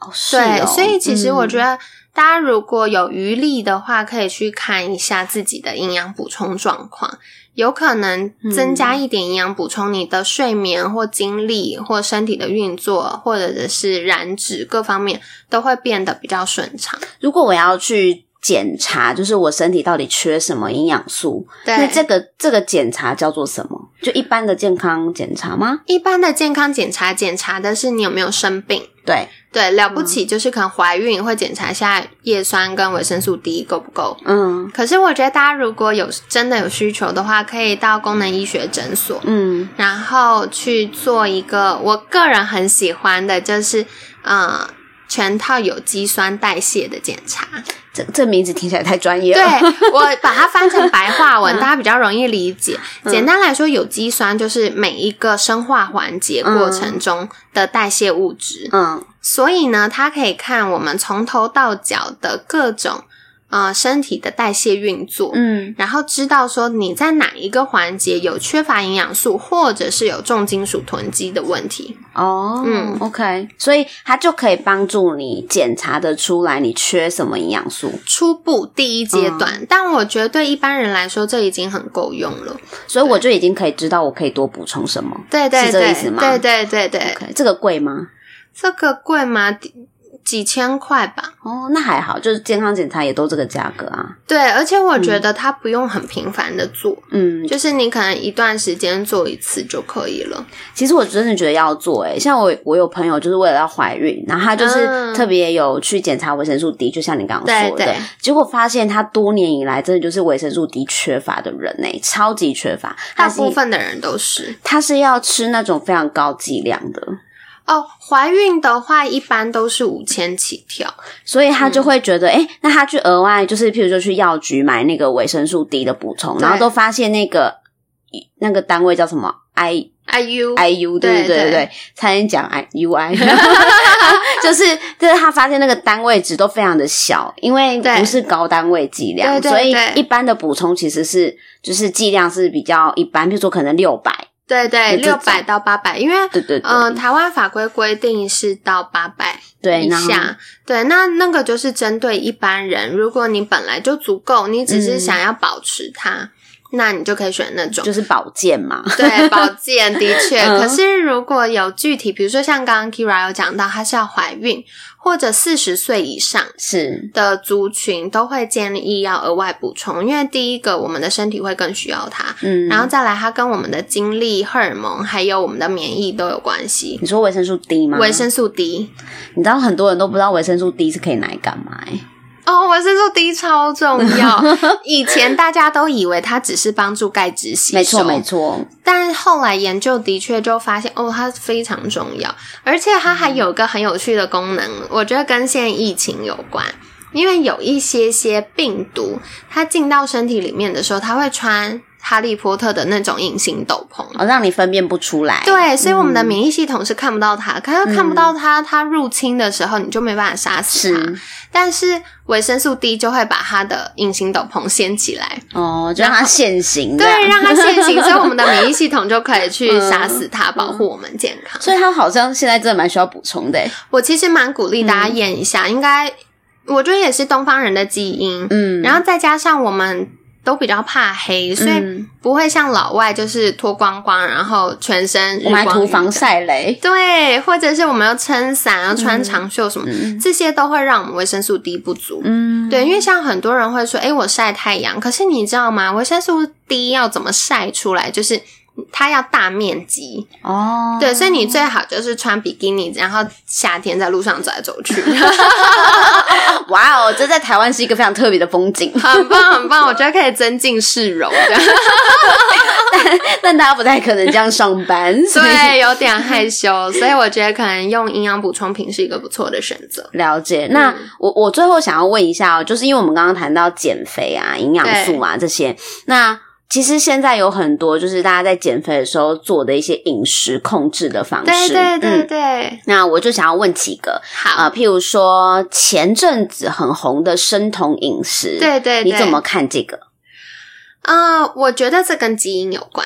哦，是
对，
哦
所以其实我觉
嗯
得大家如果有余力的话，可以去看一下自己的营养补充状况，有可能增加
嗯
一点营养补充，你的睡眠或精力或身体的运作，或者是燃脂各方面都会变得比较顺畅。
如果我要去检查，就是我身体到底缺什么营养素，那
对，
这个这个检查叫做什么？就一般的健康检查吗？
一般的健康检查检查的是你有没有生病。
对，
对，了
嗯
不起就是可能怀孕会检查一下叶酸跟维生素 D 够不够，
嗯
可是我觉得大家如果有真的有需求的话，可以到功能医学诊所，
嗯
然后去做一个我个人很喜欢的，就是呃全套有机酸代谢的检查。
这这名字听起来太专业
对
了。
我把它翻成白话文，大家比较容易理解。简单来说，有机酸就是每一个生化环节过程中的代谢物质。
嗯
所以呢，它可以看我们从头到脚的各种呃身体的代谢运作。
嗯
然后知道说你在哪一个环节有缺乏营养素，或者是有重金属囤积的问题。
哦
嗯
OK，所以它就可以帮助你检查的出来你缺什么营养素。
初步第一
嗯
阶段，但我觉得对一般人来说，这已经很够用了。
所以我就已经可以知道我可以多补充什么。
对对
是这个
对
意思，吗
对对对对，
OK，这个贵吗？
这个贵吗？几几千块吧。
哦，那还好，就是健康检查也都这个价格啊。
对，而且我觉得它不用很频繁的做，
嗯，
就是你可能一段时间做一次就可以了。
其实我真的觉得要做诶、欸像我我有朋友就是为了要怀孕，然后她就是
嗯
特别有去检查维生素 D，就像你刚刚
对
说的，
对
结果发现她多年以来真的就是维生素 D 缺乏的人诶、超级缺乏，
大
她是
部分的人都是
她是要吃那种非常高剂量的，
哦，怀孕的话一般都是五千起跳。
所以她
嗯
就会觉得诶、那她去额外就是譬如说去药局买那个维生素 D 的补充，
对
然后都发现那个那个单位叫什么 I
IU
I U 对
对
对对
对
对，差点讲 I U I，就是就是他发现那个单位值都非常的小，因为
对
不是高单位剂量，
对对
所以
对
一般的补充其实是就是剂量是比较一般，比如说可能六百
对对，
这
六
种
百到八百，因为
对对对，
嗯，台湾法规规定是到八百
对，
以
然后
下。对，那那个就是针对一般人。如果你本来就足够，你只是
嗯
想要保持它，那你就可以选那种。
就是保健嘛，
对，保健的确。
嗯
可是如果有具体，比如说像刚刚 Kira 有讲到，她是要怀孕或者四十岁以上
是
的族群，都会建议要额外补充，因为第一个，我们的身体会更需要它。
嗯，
然后再来，它跟我们的精力、荷尔蒙还有我们的免疫都有关系。
你说维生素 D 吗？
维，生素 D
你知道很多人都不知道维生素 D 是可以拿来干嘛、欸？
哦，维生素 D 超重 要。以前大家都以为它只是帮助钙质吸收，
没错，没错，
但后来研究的确就发现，哦，它非常重要，而且它还有一个很有趣的功能，我觉得跟现在疫情有关。因为有一些些病毒，它进到身体里面的时候，它会穿哈利波特的那种隐形斗篷。
哦，让你分辨不出来。
对，所以我们
嗯
的免疫系统是看不到它，可是看不到它，它入侵的时候你就没办法杀死它。
是
但是维生素 D 就会把它的隐形斗篷掀起来，
哦，就让它现行这样。
对，让它现行，所以我们的免疫系统就可以去杀死它，保护我们健康。
所以它好像现在真的蛮需要补充的、欸。
我其实蛮鼓励大家验一下，应该我觉得也是东方人的基因，
嗯，
然后再加上我们都比较怕黑，所以
嗯、
不会像老外就是脱光光，然后全身日
我们还
光
涂
浴
防
的，
晒雷。
对，或者是我们要撑伞、要穿长袖什么，
嗯
这些都会让我们维生素 D 不足。
嗯，
对，因为像很多人会说，诶，我晒太阳，可是你知道吗？维生素 D 要怎么晒出来？就是它要大面积，
哦，
对，所以你最好就是穿比基尼，然后夏天在路上走来走去，
哇哦，这在台湾是一个非常特别的风 景，
很棒很棒，我觉得可以增进市容 的。
但大家不太可能这样上班， 所以
对，有点害羞，所以我觉得可能用营养补充品是一个不错的选择。
了解。
嗯
那、我我最后想要问一下哦，就是因为我们刚刚谈到减肥啊、营养素啊这些，那其实现在有很多就是大家在减肥的时候做的一些饮食控制的方
对
式，
对对
嗯。
对，
那我就想要问几个
好，
啊、呃譬如说前阵子很红的生酮饮食，
对对对，
你怎么？看这个？
啊、我觉得这跟基因有关。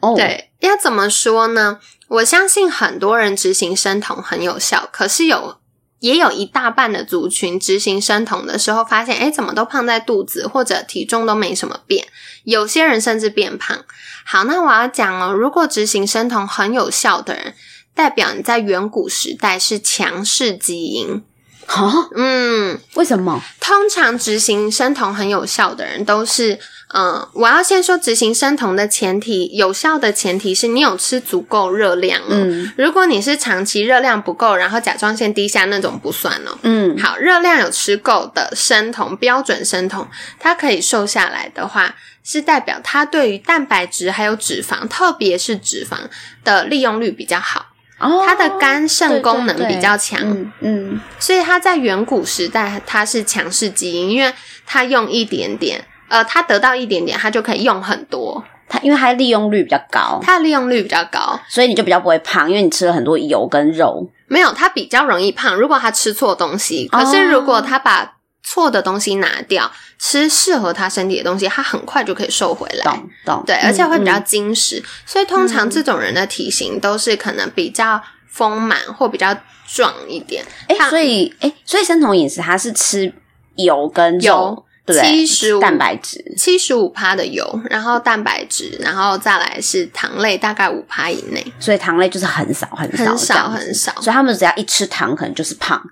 哦，，
对，要怎么说呢？我相信很多人执行生酮很有效，可是有也有一大半的族群执行生酮的时候，发现哎，怎么都胖在肚子，或者体重都没什么变，有些人甚至变胖。好，那我要讲哦，如果执行生酮很有效的人，代表你在远古时代是强势基因。
哦，
嗯，
为什么？
通常执行生酮很有效的人都是，嗯、我要先说执行生酮的前提，有效的前提是你有吃足够热量哦。
嗯
如果你是长期热量不够，然后甲状腺低下那种不算哦。
嗯，
好，热量有吃够的生酮，标准生酮，它可以瘦下来的话，是代表它对于蛋白质还有脂肪，特别是脂肪的利用率比较好，
哦，
它的肝肾功能比较强。
嗯嗯，
所以它在远古时代它是强势基因，因为它用一点点，呃，它得到一点点，它就可以用很多，
它因为它利用率比较高，
它的利用率比较高。
所以你就比较不会胖，因为你吃了很多油跟肉。
没有，它比较容易胖。如果它吃错东西，可
哦
是如果它把错的东西拿掉，吃适合它身体的东西，它很快就可以瘦回来。
懂懂，
对，
嗯
而且会比较
嗯
精实，所以通常这种人的体型都是可能比较丰满或比较壮一点。
哎、
胖
所以哎、所以生酮饮食它是吃油跟肉
油，
对不对，
75
蛋白质，
七十五趴的油，然后蛋白质，然后再来是糖类，大概五趴以内，
所以糖类就是很少很少
很
这
少
样子
很少。
所以他们只要一吃糖，可能就是胖。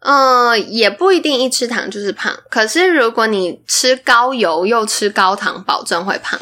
呃，也不一定一吃糖就是胖，可是如果你吃高油又吃高糖，保证会 胖。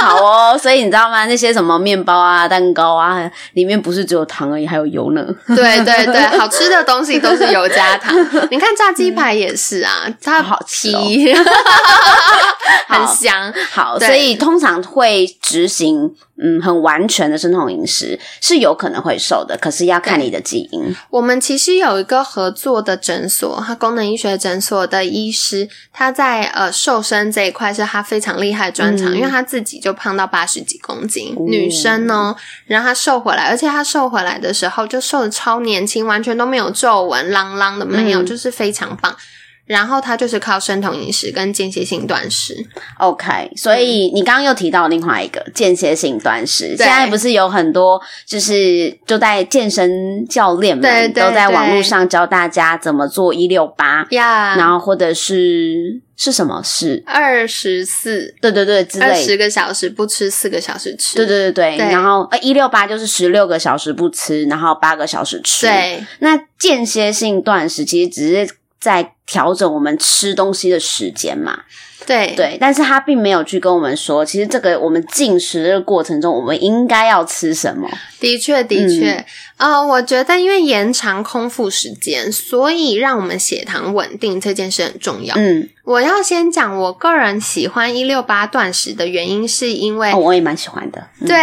好哦，所以你知道吗？那些什么面包啊、蛋糕啊，里面不是只有糖而已，还有油呢。
对对对，好吃的东西都是油加 糖。你看炸鸡排也是啊，它
好好吃哦
皮 很
好
香。
好，
对
所以通常会执行嗯很完全的生酮饮食是有可能会瘦的，可是要看你的基因。
我们其实有一个合作的诊所，它功能医学诊所的医师，他在呃瘦身这一块是他非常厉害的专长，
嗯
因为他自己就胖到八十几公斤，
哦
女生哦，然后她瘦回来，而且她瘦回来的时候就瘦的超年轻，完全都没有皱纹，啷啷的没有，
嗯
就是非常棒。然后它就是靠生酮饮食跟间歇性断食。
OK，所以你刚刚又提到另外一个间歇性断食，现
对
在不是有很多就是就在健身教练们
对对
都在网络
对
上教大家怎么做一六八，
呀、
然后或者是是什么是，
二十四，
对对对之
二
类的
十。个小时不吃，四个小时吃。
对对对对，
对
然后呃，一六八就是十六个小时不吃，然后八个小时吃。，
对
那间歇性断食其实只是在调整我们吃东西的时间嘛。
对
对，但是他并没有去跟我们说，其实这个我们进食的过程中，我们应该要吃什么。
的确
嗯
的确。呃，我觉得因为延长空腹时间，所以让我们血糖稳定这件事很重要。
嗯，
我要先讲，我个人喜欢一六八断食的原因，是因为、
哦，我也蛮喜欢的。嗯，
对，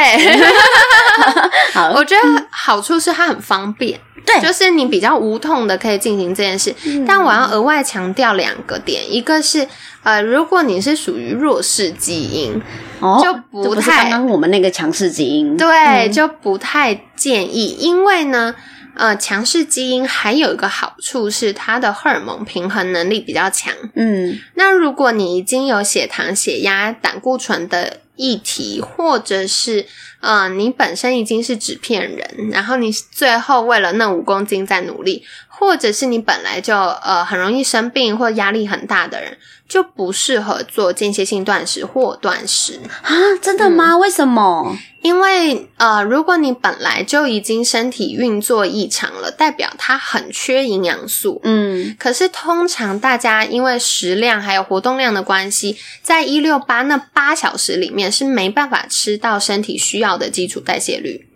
好，
我觉得 好处是它很方便，
嗯对嗯
就是你比较无痛的可以进行这件事。但我要额外强调两个点，一个是呃，如果你是属于弱势基因，
哦，
就
不
不
是
太
刚刚我们那个强势基因。
对，就不太建议，因为呢。呃，强势基因还有一个好处是它的荷尔蒙平衡能力比较强。
嗯，
那如果你已经有血糖、血压、胆固醇的议题，或者是呃你本身已经是纸片人，然后你最后为了那五公斤在努力，或者是你本来就呃很容易生病或压力很大的人，就不适合做间歇性断食或断食，
啊，真的
嗯
吗？为什么？
因为呃如果你本来就已经身体运作异常了，代表它很缺营养素，
嗯，
可是通常大家因为食量还有活动量的关系，在一六八那八小时里面是没办法吃到身体需要的基础代谢率，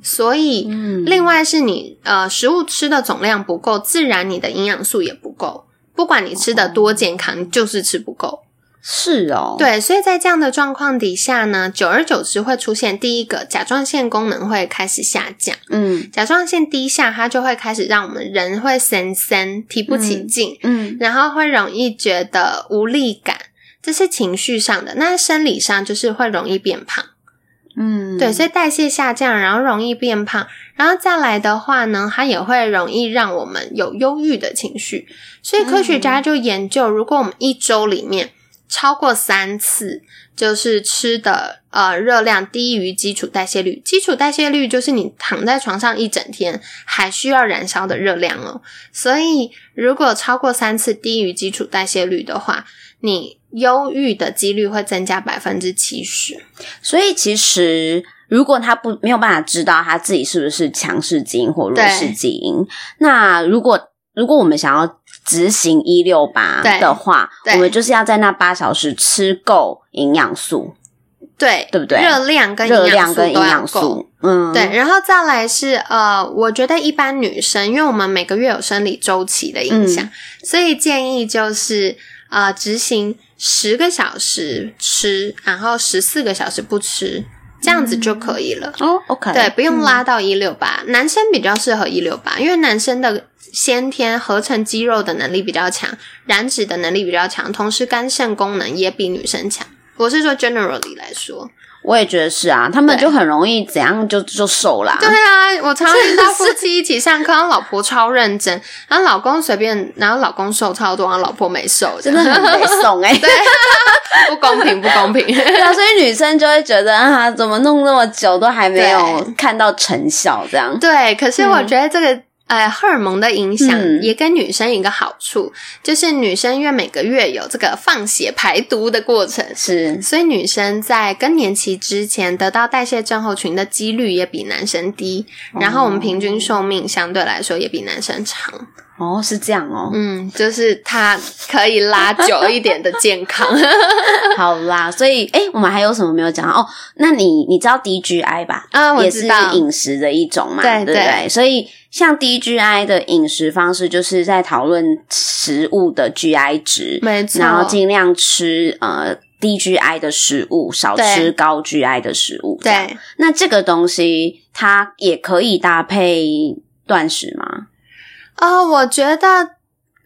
所以，
嗯
另外是你呃食物吃的总量不够，自然你的营养素也不够。不管你吃的多健康，你就是吃不够。
是哦，，
对，所以在这样的状况底下呢，久而久之会出现第一个甲状腺功能会开始下降。
嗯
甲状腺低下，它就会开始让我们人会神神提不起劲，
嗯
然后会容易觉得无力感，这是情绪上的。那生理上就是会容易变胖，
嗯，
对，所以代谢下降，然后容易变胖，然后再来的话呢，它也会容易让我们有忧郁的情绪。所以科学家就研究，如果我们一周里面超过三次，就是吃的呃热量低于基础代谢率，基础代谢率就是你躺在床上一整天还需要燃烧的热量哦。所以如果超过三次低于基础代谢率的话，你忧郁的几率会增加百分之七十。
所以其实，如果他不没有办法知道他自己是不是强势基因或弱势基因，那如果如果我们想要执行一六八
对
的话，
对
我们就是要在那八小时吃够营养素、
对
对不对
热量跟
热
营
量
养素
跟营
都要
养
够。
素。嗯，
对，，然后再来是呃，我觉得一般女生，因为我们每个月有生理周期的影
嗯
响，所以建议就是呃，执行十个小时吃，然后十四个小时不吃，这样子就可以了。
哦，OK，
对，不用拉到一六八，男生比较适合一六八，因为男生的先天合成肌肉的能力比较强，燃脂的能力比较强，同时肝肾功能也比女生强。我是说 generally 来说，
我也觉得是啊，他们
对
就很容易怎样就就瘦啦。
对啊，我常常遇到夫妻一起上课，然后老婆超认真，然后老公随便，然后老公瘦超多，然后老婆没瘦，
真的很悲送哎、对
不公平，不公平。
啊， 所以女生就会觉得啊，怎么弄那么久都还没有
对
看到成效，这样。
对，可是我觉得这个、呃荷尔蒙的影响
嗯
也跟女生一个好处，就是女生因为每个月有这个放血排毒的过程，
是，
所以女生在更年期之前得到代谢症候群的几率也比男生低，然后我们平均寿命相对来说也比男生长。
哦，是这样哦。
嗯，就是它可以拉久一点的 健康。
好啦，所以诶、我们还有什么没有讲到哦？那你你知道 DGI 吧？
啊，我
也是
知道。
饮食的一种嘛，
对
对不对？所以像 DGI 的饮食方式，就是在讨论食物的 GI 值，
没错，
然后尽量吃呃 DGI 的食物，少
对
吃高 GI 的食物。这样，
对，
那这个东西它也可以搭配断食吗？
哦，我觉得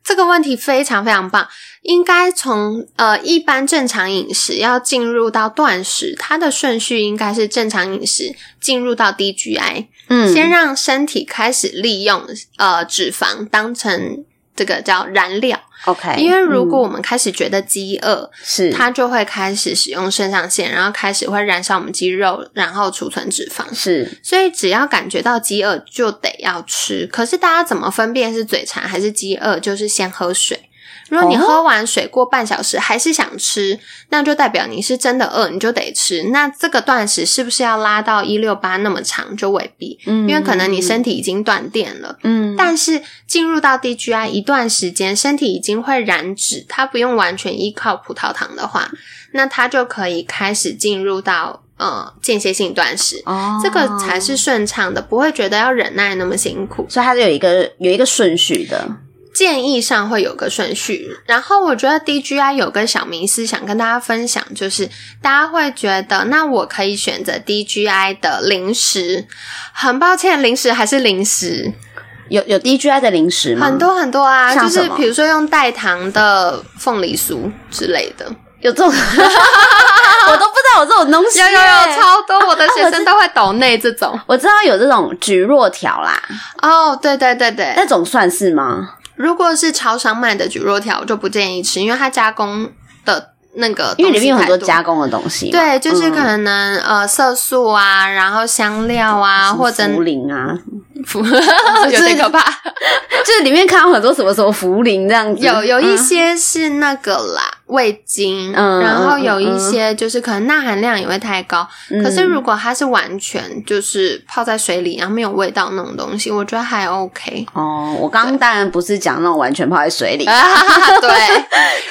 这个问题非常非常棒，应该从呃一般正常饮食要进入到断食，它的顺序应该是正常饮食进入到 DGI，、
嗯
先让身体开始利用呃脂肪当成这个叫燃料，
OK，
因为如果我
嗯
们开始觉得饥饿，
是
它就会开始使用肾上腺，然后开始会燃烧我们肌肉，然后储存脂肪。
是
所以只要感觉到饥饿，就得要吃。可是大家怎么分辨是嘴馋还是饥饿？就是先喝水。如果你
哦
喝完水过半小时还是想吃，那就代表你是真的饿，你就得吃。那这个断食是不是要拉到一六八那么长？就未必，
嗯
因为可能你身体已经断电了。
嗯
但是进入到 DGI 一段时间，身体已经会燃脂，它不用完全依靠葡萄糖的话，那它就可以开始进入到呃间歇性断食，
哦
这个才是顺畅的，不会觉得要忍耐那么辛苦。
所以它是有一个有一个顺序的，
建议上会有个顺序，然后我觉得 DGI 有个小迷思想跟大家分享，就是大家会觉得，那我可以选择 DGI 的零食，很抱歉，零食还是零食，
有有 DGI 的零食吗？
很多很多啊，
像
就
什
是
么
比如说用代糖的凤梨酥之类的，
有 这种，我都不知道有这种东西
有
耶、
有有超多，啊我的
我
学
知
生都会抖内这种。
我知道有这种蒟蒻条啦，
哦，对对对对，
那种算是吗？
如果是超商卖的蒟蒻条，我就不建议吃，因为它加工的那个
因为里面有很多
东西太
加工的东西嘛，
对，就是
嗯
可能、呃色素啊，然后香料啊，
什么
或者
茯苓啊，
有点可怕。
就是里面看到很多什么什么茯苓这样子，
有有一
嗯
些是那个啦，味精，
嗯
然后有
嗯嗯
一
嗯
些就是可能钠含量也会太高。可是如果它是完全就是泡在水里，然后没有味道那种东西，我觉得还 OK。
哦，我刚刚当然不是讲那种完全泡在水里，
啊， 对。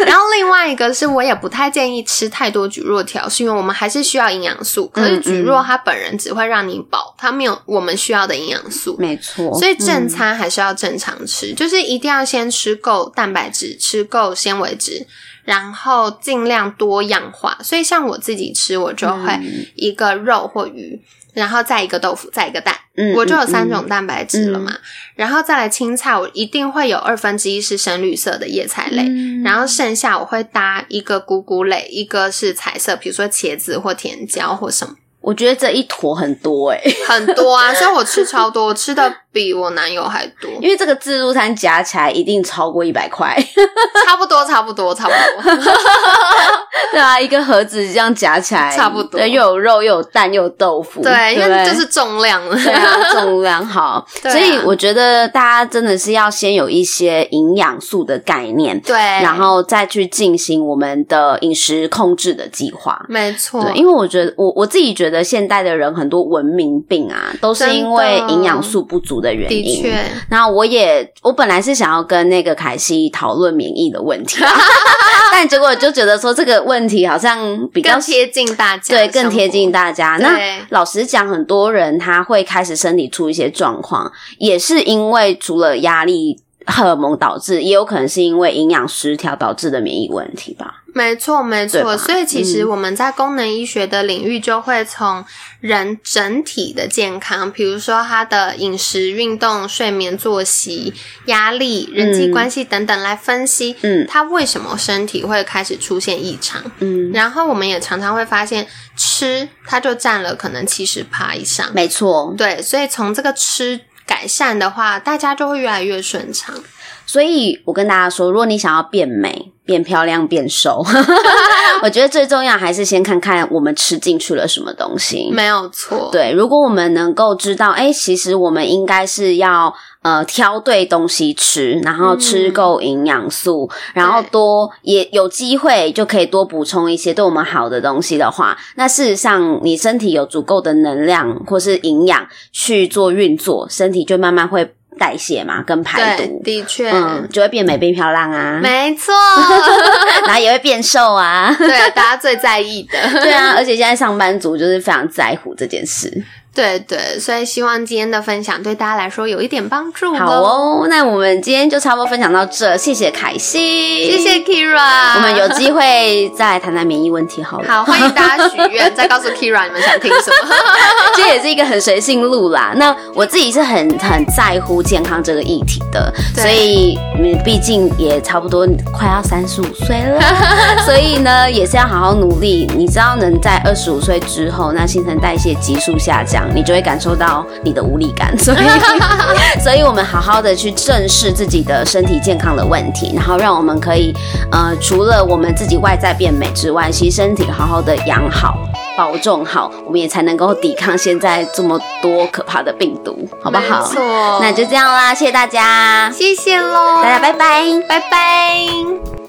然后另外一个是我也不太建议吃太多蒟蒻条，是因为我们还是需要营养素。可是
嗯
蒟
嗯
蒻它本人只会让你饱，它没有我们需要的营养素。
没错，
所以正
嗯
餐还是要正常吃，就是一定要先吃够蛋白质，吃够纤维质，然后尽量多样化。所以像我自己吃，我就会
嗯
一个肉或鱼，然后再一个豆腐，再一个蛋，
嗯
我就有三
嗯
种蛋白质了嘛。然后再来青菜，我一定会有二分之一是深绿色的叶菜类。
嗯
然后剩下我会搭一个菇菇类，一个是彩色，比如说茄子或甜椒或什么，
我觉得这一坨很多哎、
很多啊。所以我吃超多，我吃的比我男友还多。
因为这个自助餐加起来一定超过一百块，
差不多，差不多，差不多。
对啊，一个盒子这样夹起来
差不多
对，又有肉又有蛋又有豆腐，
对，因
不
为这是重量 了。
对啊，重量好，
对啊
所以我觉得大家真的是要先有一些营养素的概念，
对，
然后再去进行我们的饮食控制的计划。
没错，
对，因为我觉得我我自己觉得现代的人很多文明病啊，都是因为
真的
营养素不足的原因。
的确，
那我也，我本来是想要跟那个凯西讨论免疫的问 题，啊但结果就觉得说这个问题好像比较
更贴近大家，
对更贴近
大
大家。
对
那老实讲，很多人他会开始身体出一些状况，也是因为除了压力。荷尔蒙导致，也有可能是因为营养失调导致的免疫问题吧。
没错，没
对吧
错。所以其实
嗯
我们在功能医学的领域，就会从人整体的健康，比如说他的饮食、运动、睡眠、作息、压力、人际
嗯
关系等等来分析，
嗯
他为什么身体会开始出现异常。
嗯，
然后我们也常常会发现，吃它就占了可能七十趴以上。
没错。
对，所以从这个吃改善的话，大家就会越来越顺畅。
所以我跟大家说，如果你想要变美、变漂亮、变 瘦，我觉得最重要还是先看看我们吃进去了什么东西。
没有错，，
对，如果我们能够知道，哎、其实我们应该是要呃挑对东西吃，然后吃
嗯
够营养素，然后
对
多也有机会就可以多补充一些对我们好的东西的话，那事实上你身体有足够的能量或是营养去做运作，身体就慢慢会代谢嘛，跟排
对
毒，。
的确，
嗯，就会变美变漂亮啊，
没错，。
然后也会变瘦啊
对，大家最在意的，
对啊，而且现在上班族就是非常在乎这件事。
对对，所以希望今天的分享对大家来说有一点帮助。
好，哦，那我们今天就差不多分享到这，谢谢凯西，
谢谢。Kira，
我们有机会再来谈谈免疫问题好了。
好，欢迎大家许愿，再告诉 Kira 你们想听什么。
这也是一个很随性路啦。那我自己是很很在乎健康这个议题的，
对
所以嗯，毕竟也差不多快要三十五岁了，所以呢，也是要好好努力。你知道，能在二十五岁之后，那新陈代谢急速下降，长，你就会感受到你的无力感。所以， 所以我们好好的去正视自己的身体健康的问题，然后让我们可以呃，除了我们自己外在变美之外，其实身体好好的养好、保重好，我们也才能够抵抗现在这么多可怕的病毒， 好不好？
没错
那就这样啦，谢谢大家，
谢谢喽，
大家拜拜。
拜拜。